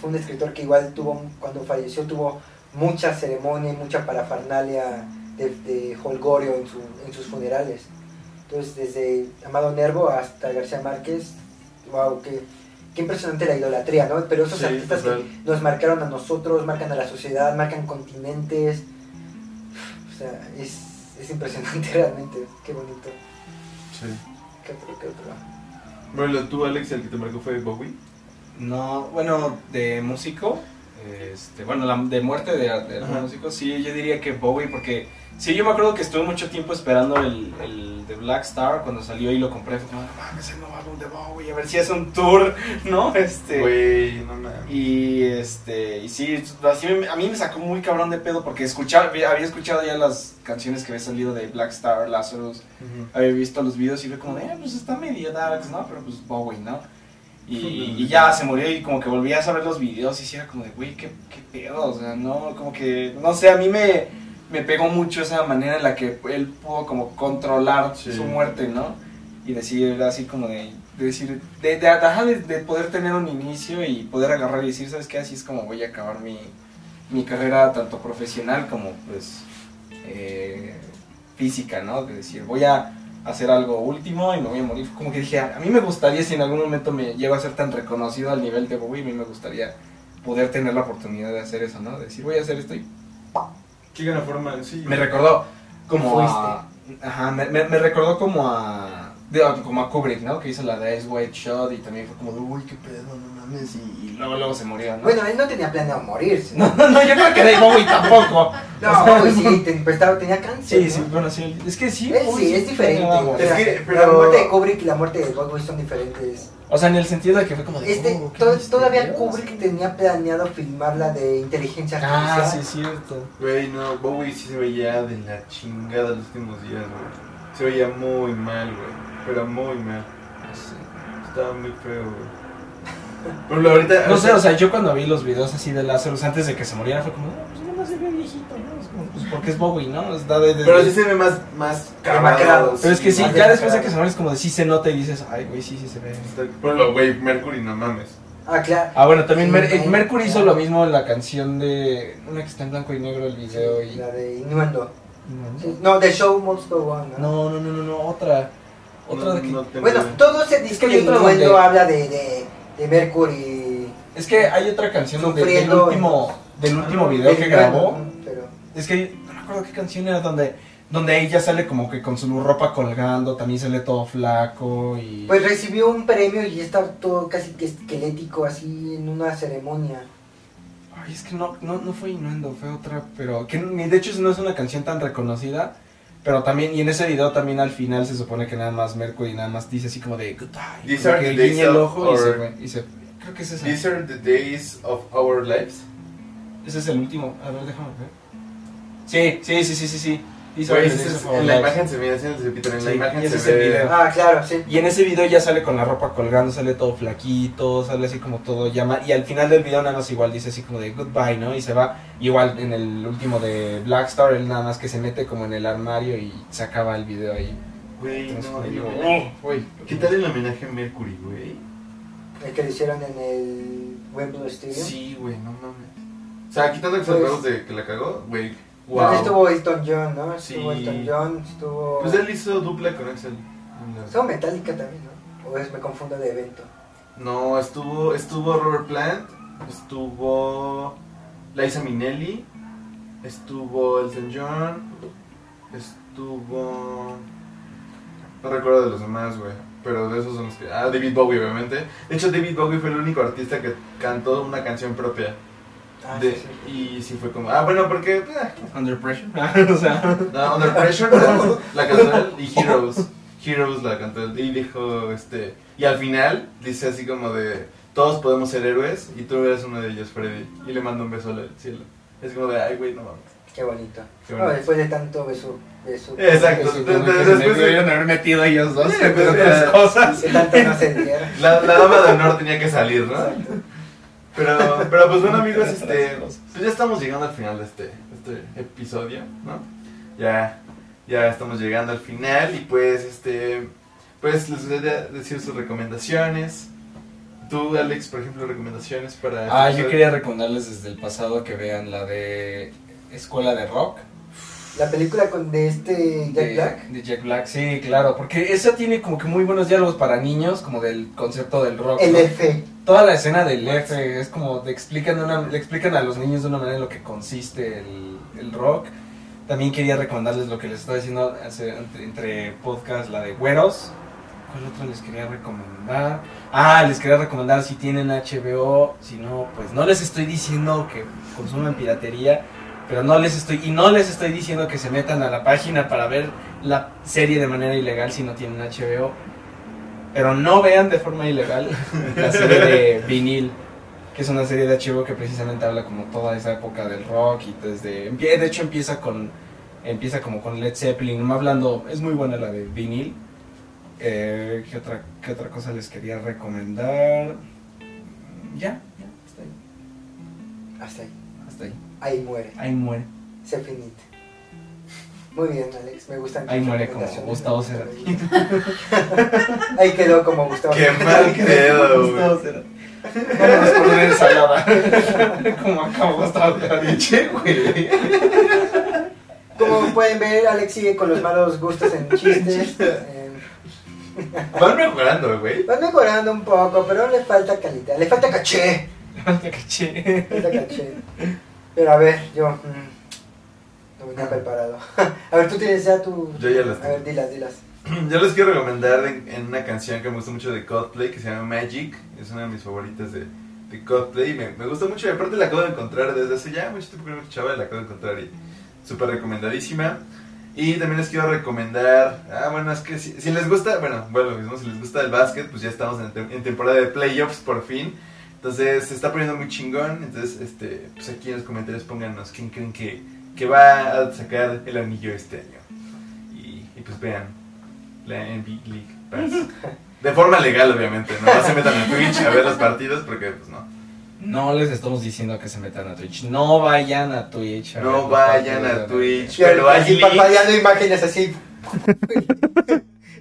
fue un escritor que igual tuvo cuando falleció tuvo mucha ceremonia y mucha parafernalia de, de holgorio en, su, en sus funerales. Entonces, desde Amado Nervo hasta García Márquez, wow, qué, qué impresionante la idolatría, ¿no? Pero esos
Sí,
artistas que
total.
nos marcaron a nosotros, marcan a la sociedad, marcan continentes. O sea, es, es impresionante [laughs] realmente, qué bonito.
Sí.
Qué otro, qué otro.
Bueno, tú, Alex, el que te marcó fue Bowie.
No, bueno, de músico, este, bueno, la, de muerte de, de algún
Ajá.
músico, sí, yo diría que Bowie, porque sí, yo me acuerdo que estuve mucho tiempo esperando el, el de Black Star cuando salió y lo compré. Fue como, "No mames, el nuevo álbum de Bowie, a ver si hace un tour, [laughs] ¿no? Este.
Güey, no mames.
Y este, y sí, así me- a mí me sacó muy cabrón de pedo porque escuchar, había había escuchado ya las canciones que había salido de Black Star, Lazarus, había visto los videos y fue como, de, eh, pues está medio darks, ¿no? Pero pues Bowie, ¿no? Y, y ya se murió y como que volví a saber los videos y sí era como de, güey, qué, qué pedo, o sea, no, como que, no sé, a mí me, me pegó mucho esa manera en la que él pudo como controlar
Sí.
su muerte, ¿no? Y decir así como de, de decir, de, de, ajá, de- de poder tener un inicio y poder agarrar y decir, ¿sabes qué? Así es como voy a acabar mi, mi carrera tanto profesional como pues eh, física, ¿no? De decir, voy a hacer algo último y me voy a morir. Como que dije, a a mí me gustaría, si en algún momento me llego a ser tan reconocido al nivel de Bowie, a mí me gustaría poder tener la oportunidad de hacer eso, ¿no? De decir, voy a hacer esto y
Qué gran forma, sí.
me recordó como
Fuiste.
a, ajá, me, me- me recordó como a digo, como a Kubrick, ¿no? Que hizo la de Ice White Shot y también fue como de, uy, qué pedo, no mames, y, y luego, luego se murió, ¿no?
Bueno, él no tenía planeado morirse.
[laughs] no, no, yo creo que de Bowie tampoco.
No, pues sí, te- pues estaba- tenía cáncer.
Sí, sí,
¿no?
bueno, sí, es que sí.
Él
Bowie
sí, es diferente.
tenía-
o
Es
sea,
que,
La
pero-
muerte de Kubrick y la muerte de Godwin son diferentes.
O sea, en el sentido de que fue como de,
Este,
"Oh, qué
to-
misterioso".
todavía Kubrick tenía planeado filmar la de inteligencia artificial.
Ah, sí, es cierto.
Güey, no, Bowie sí se veía de la chingada los últimos días, güey. Se veía muy mal, güey. Pero muy mal. Estaba muy feo,
[laughs]
güey. Por lo ahorita.
No sé, o sea, yo cuando vi los videos así de Lazarus antes de que se muriera fue como, "Ah, pues nada más se ve viejito, ¿no? Es como, pues porque es Bowie, ¿no? Es da de- de-
Pero
de-
sí se ve más. Más
Demacrado.
acabado,
Pero es que sí,
más
ya
de-
después de que se muere es como de sí se nota y dices, ay, güey, sí, sí se ve.
Está- Bueno, güey, Mercury, no mames.
Ah, claro.
Ah, bueno, también
Sí,
Mer-
no,
Mercury hizo
no.
lo mismo en la canción de una que está en blanco y negro el video y...
La de Innuendo.
No,
No, The Show Must Go On. ¿no?
no, no, no, no, otra. Otra
No-
de que...
no tengo
Bueno,
idea.
todo ese disco
que hay
de
otra
Innuendo
donde-
habla de, de, de Mercury.
Es que hay otra canción donde del
Sufriendo.
último, del último video
del
que grabó.
Innuendo, Pero...
Es que no me acuerdo qué canción era donde donde ella sale como que con su ropa colgando, también sale todo flaco y
Pues recibió un premio y está todo casi que esquelético, así en una ceremonia.
Ay, es que no no, no fue Innuendo, fue otra, pero que ni de hecho no es una canción tan reconocida, pero también y en ese video también al final se supone que nada más Mercury nada más dice así como de "Goodbye",
These
como
are
que
the days
guiña el
of
ojo y se
our-
fue, y se- creo que es esa.
These are the days of our lives.
Ese es el último. A ver, déjame ver. Sí, sí, sí, sí, sí, sí. These are
Güey,
the
ese
days
es-
of our
en la
lives.
imagen se ve, se repite, en la
Sí, y
imagen
ese
se
es el
ve.
video.
Ah, claro, sí.
Y en ese video ya sale con la ropa colgando, sale todo flaquito, sale así como todo llama. Y al final del video nada más igual dice así como de goodbye, ¿no? Y se va. Igual en el último de Black Star, él nada más que se mete como en el armario y se acaba el video ahí.
Güey,
Entonces,
no,
como
el
digo,
homenaje.
"Oh, uy".
¿Qué tal el homenaje a Mercury, güey?
El que le hicieron en el Wembley Stadium.
Sí, güey, no mames. O sea, quitando esos
Pues-
huevos de que la cagó, güey.
Donde
Wow.
estuvo Elton John, ¿no? Estuvo
Sí.
Elton John, estuvo...
Pues él hizo dupla con Axel. en la-
Estuvo Metallica también, ¿no? O es, me confundo de evento.
No, estuvo, estuvo Robert Plant, estuvo Liza Minnelli, estuvo Elton John, estuvo... No recuerdo de los demás, güey. Pero de esos son los que... Ah, David Bowie, obviamente. De hecho, David Bowie fue el único artista que cantó una canción propia.
Ah,
de-
sí, sí.
Y sí fue como... Ah, bueno, porque... ah,
Under pressure. [laughs] o sea,
No, Under Pressure la, la cantó él y Heroes. Heroes la cantó él y dijo, este... Y al final dice así como de, todos podemos ser héroes y tú eres uno de ellos, Freddy. Y le manda un beso al cielo. Es como de, ay, güey, no mames.
Qué bonito.
Qué
No,
bonito.
después de tanto beso, beso.
Exacto.
eso,
de-
como que
de-
se me
después de-
debieron haber metido ellos dos [laughs]
Sí,
en
pues,
otras
ya.
cosas.
Que tanto no se diera.
La, la dama de honor tenía que salir, ¿no? Pero, pero [laughs] pues bueno amigos, este, pues ya estamos llegando al final de este, de este episodio, ¿no? Ya, ya estamos llegando al final y pues este, pues les voy a decir sus recomendaciones. Tú, Alex, por ejemplo, recomendaciones para... este
Ah, yo
episodio.
quería recomendarles desde el pasado que vean la de Escuela de Rock.
La película con, de este Jack
de,
Black.
De Jack Black, sí, claro. Porque esa tiene como que muy buenos diálogos para niños, como del concepto del rock.
El
¿no?
F.
Toda la escena del F es como te explican, de una, le explican a los niños de una manera en lo que consiste el, el rock. También quería recomendarles lo que les estaba diciendo hace- entre, entre podcast, la de Güeros. ¿Cuál otra les quería recomendar? Ah, les quería recomendar si tienen HBO, si no, pues no les estoy diciendo que consuman piratería, pero no les estoy y no les estoy diciendo que se metan a la página para ver la serie de manera ilegal si no tienen HBO. Pero no vean de forma ilegal la serie de vinil, que es una serie de archivo que precisamente habla como toda esa época del rock y desde empie- de hecho empieza con empieza como con Led Zeppelin, más hablando, es muy buena la de vinil. Eh, ¿qué, otra, ¿Qué otra cosa les quería recomendar? Mm, Ya, ya, hasta ahí.
Hasta ahí.
Hasta ahí.
Ahí muere.
[laughs]
Ahí muere.
Se finita. Muy bien, Alex. Me gustan
Ahí
tus
muere como
recomendaciones.
Gustavo Cerati.
Ahí quedó como Gustavo
Qué
Cerati.
mal quedado, güey.
Vámonos con una ensalada. [laughs] como acabó Gustavo Cerati. Che, güey.
Como pueden ver, Alex sigue con los malos gustos en
[laughs]
chistes. eh,
Van mejorando, güey.
Va mejorando un poco, pero le falta calidad. Le falta caché.
Levanta que che.
Le falta caché. Pero a ver, yo. mm, no venía preparado. [laughs] a ver, tú tienes ya tu.
Yo ya las
A ver, dilas, dilas.
[clears throat] Yo les quiero recomendar en, en una canción que me gusta mucho de Coldplay que se llama Magic. Es una de mis favoritas de, de Coldplay. Me, me gusta mucho y aparte la acabo de encontrar desde hace ya mucho tiempo que no escuchaba y la acabo de encontrar y súper recomendadísima. Y también les quiero recomendar, ah bueno, es que si, si les gusta, bueno, bueno, lo mismo, si les gusta el básquet, pues ya estamos en, tem- en temporada de playoffs por fin. Entonces se está poniendo muy chingón. Entonces, este, pues aquí en los comentarios pónganos quién creen que, que va a sacar el anillo este año. Y, y pues vean, la NBA [laughs] League Pass. De forma legal, obviamente, no, no se metan a Twitch a ver los partidos porque, pues no.
No les estamos diciendo que se metan a Twitch. No vayan a Twitch. a ver
No
los
vayan
partidos
a
de-
Twitch,
Y ahora
pero hay
así
leaks.
parpadeando imágenes así.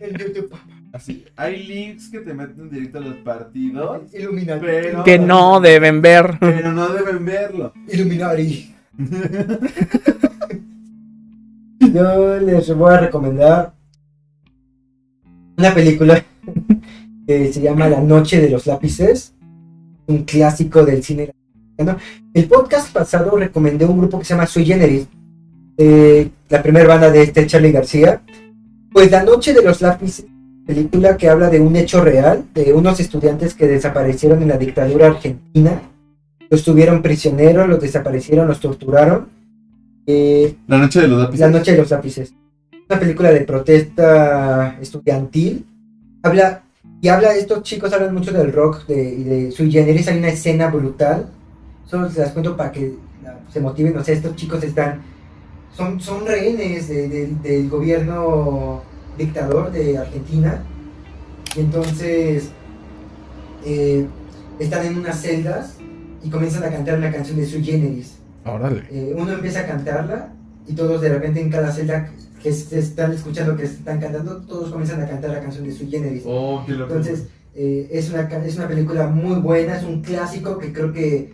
El YouTube
Así, hay leaks que te meten directo a los partidos,
Illuminati.
pero,
Que no deben ver.
pero no deben verlo. [laughs]
Illuminati. Yo les voy a recomendar una película [laughs] que se llama La Noche de los Lápices, un clásico del cine latinoamericano. El podcast pasado recomendé un grupo que se llama Sui Generis, eh, la primera banda de este Charlie García. Pues La Noche de los Lápices, película que habla de un hecho real, de unos estudiantes que desaparecieron en la dictadura argentina los tuvieron prisioneros, los desaparecieron, los torturaron. Eh,
La noche de los lápices.
la noche de los lápices. Una película de protesta estudiantil. Habla, y habla, estos chicos hablan mucho del rock de, y de su generis. Hay una escena brutal. Solo se las cuento para que la- se motiven. O sea, estos chicos están. Son, son rehenes de- de- del gobierno dictador de Argentina. Y entonces. eh, están en unas celdas y comienzan a cantar una canción de su generis.
Órale.
Eh, uno empieza a cantarla y todos de repente en cada celda que se están escuchando, que se están cantando, todos comienzan a cantar la canción de su generis.
Oh, qué loco.
Entonces, eh, es, una, ca- es una película muy buena, es un clásico que creo que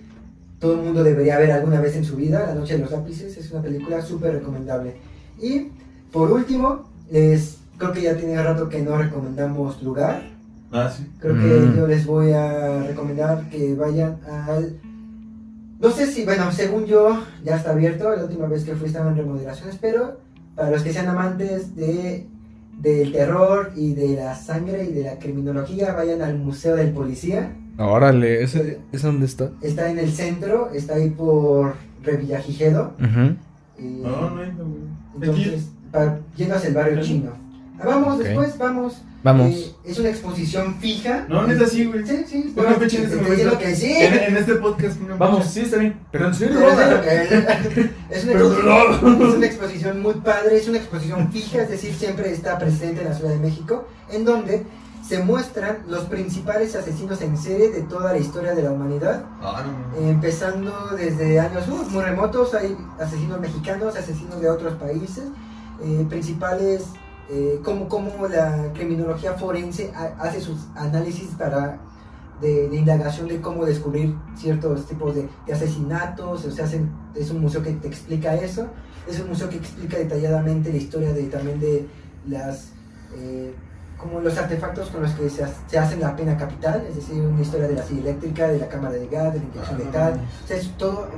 todo el mundo debería ver alguna vez en su vida, La Noche de los Lápices, es una película súper recomendable. Y, por último, les, creo que ya tenía rato que no recomendamos lugar,
Ah, sí.
Creo
Mm.
que yo les voy a recomendar que vayan al... No sé si, bueno, según yo, ya está abierto. La última vez que fui estaba en remodelaciones, pero para los que sean amantes de del terror y de la sangre y de la criminología, vayan al Museo del Policía.
Órale, ¿ese, ¿ese dónde está?
Está en el centro, está ahí por Revillagigedo.
Ujú.
Y-
No, no hay güey.
Entonces, pa- yendo hacia el barrio chino. Ah, vamos,
Ok.
después, vamos.
Vamos.
Eh, es una exposición fija.
No, neta sí, güey.
Sí, sí.
Una fecha en
te
este
estoy diciendo
momento.
que sí.
En, en este podcast, una
Vamos,
fecha.
sí, está bien. Pero en
Pero
serio,
es de lo
¿verdad?
[laughs]
que- es una, exposición, es una exposición muy padre, es una exposición fija, es decir, siempre está presente en la Ciudad de México, en donde se muestran los principales asesinos en serie de toda la historia de la humanidad,
Ah, no, no.
empezando desde años uh, muy remotos, hay asesinos mexicanos, asesinos de otros países, eh, principales, eh, como, como la criminología forense ha- hace sus análisis para de, de indagación de cómo descubrir ciertos tipos de, de asesinatos, o sea, hacen- es un museo que te explica eso, es un museo que explica detalladamente la historia de también de las eh, como los artefactos con los que se, ha- se hacen la pena capital, es decir, una historia de la silla eléctrica, de la cámara de gas, de la inyección
Ah.
letal, o sea, es todo,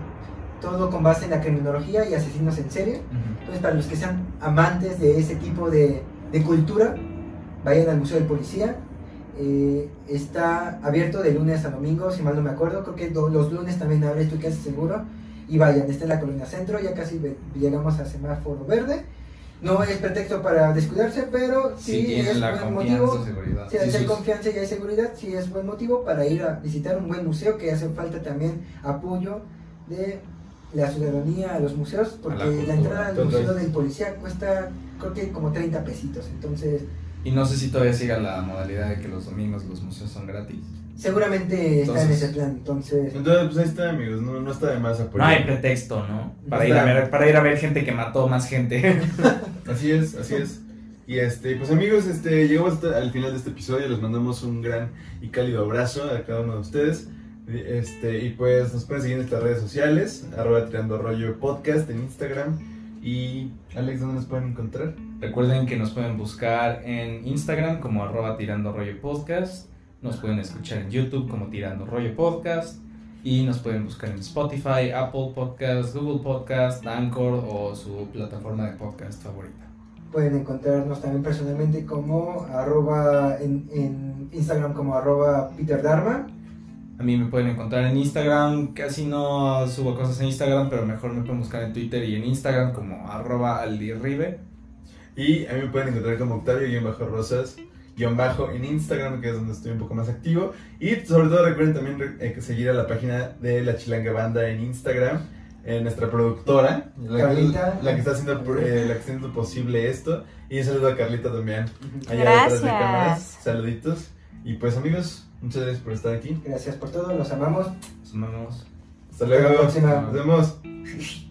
todo con base en la criminología y asesinos en serie. Entonces, para los que sean amantes de ese tipo de, de cultura, vayan al Museo del Policía. Eh, está abierto de lunes a domingo, si mal no me acuerdo. Creo que do- los lunes también abre, estoy casi seguro. Y vayan, está en la colonia centro, ya casi ve- llegamos a semáforo verde. No es pretexto para descuidarse, pero
Si
sí,
tienen
es
la
buen
confianza,
motivo.
seguridad.
Si hay
Sí, sus-
confianza y hay seguridad, sí es buen motivo para ir a visitar un buen museo que hace falta también apoyo de la ciudadanía a los museos, porque la,
cultura,
entrada al
total.
museo del policía cuesta creo que como 30 pesitos, entonces
Y no sé si todavía siga la modalidad de que los domingos los museos son gratis.
seguramente está en
Entonces-
ese plan, entonces
Entonces, pues ahí está, amigos. No, no está de más
No
apoyar.
hay pretexto, ¿no? Para
Está-
ir, a ver, para ir a ver gente que mató más gente.
Así es, así es. Y este, pues amigos, este, llegamos hasta- al final de este episodio. Les mandamos un gran y cálido abrazo a cada uno de ustedes. Este, y pues nos pueden seguir en nuestras redes sociales, arroba tirando rollo podcast en Instagram. Y Alex, ¿dónde nos pueden encontrar?
Recuerden que nos pueden buscar en Instagram como arroba tirando rollo podcast. Nos pueden escuchar en YouTube como tirando rollo podcast. Y nos pueden buscar en Spotify, Apple Podcast, Google Podcast, Anchor o su plataforma de podcast favorita.
pueden encontrarnos también personalmente como arroba en, en Instagram como arroba Peter Dharma.
A mí me pueden encontrar en Instagram, casi no subo cosas en Instagram, pero mejor me pueden buscar en Twitter y en Instagram como arroba aldirribe.
Y a mí me pueden encontrar como Octavio-Rosas. Guión bajo en Instagram, que es donde estoy un poco más activo. Y sobre todo recuerden también re- eh, que seguir a la página de La Chilanga Banda en Instagram, eh, nuestra productora, la, que-
Carlita.
la que está haciendo, pro- eh, la que está haciendo posible esto. Y un saludo a Carlita también. allá detrás de
Gracias.
cámaras. Saluditos. Y pues amigos, muchas gracias por estar aquí.
Gracias por todo, los amamos.
Nos vemos.
Hasta
Hasta la
luego.
próxima.
Nos vemos.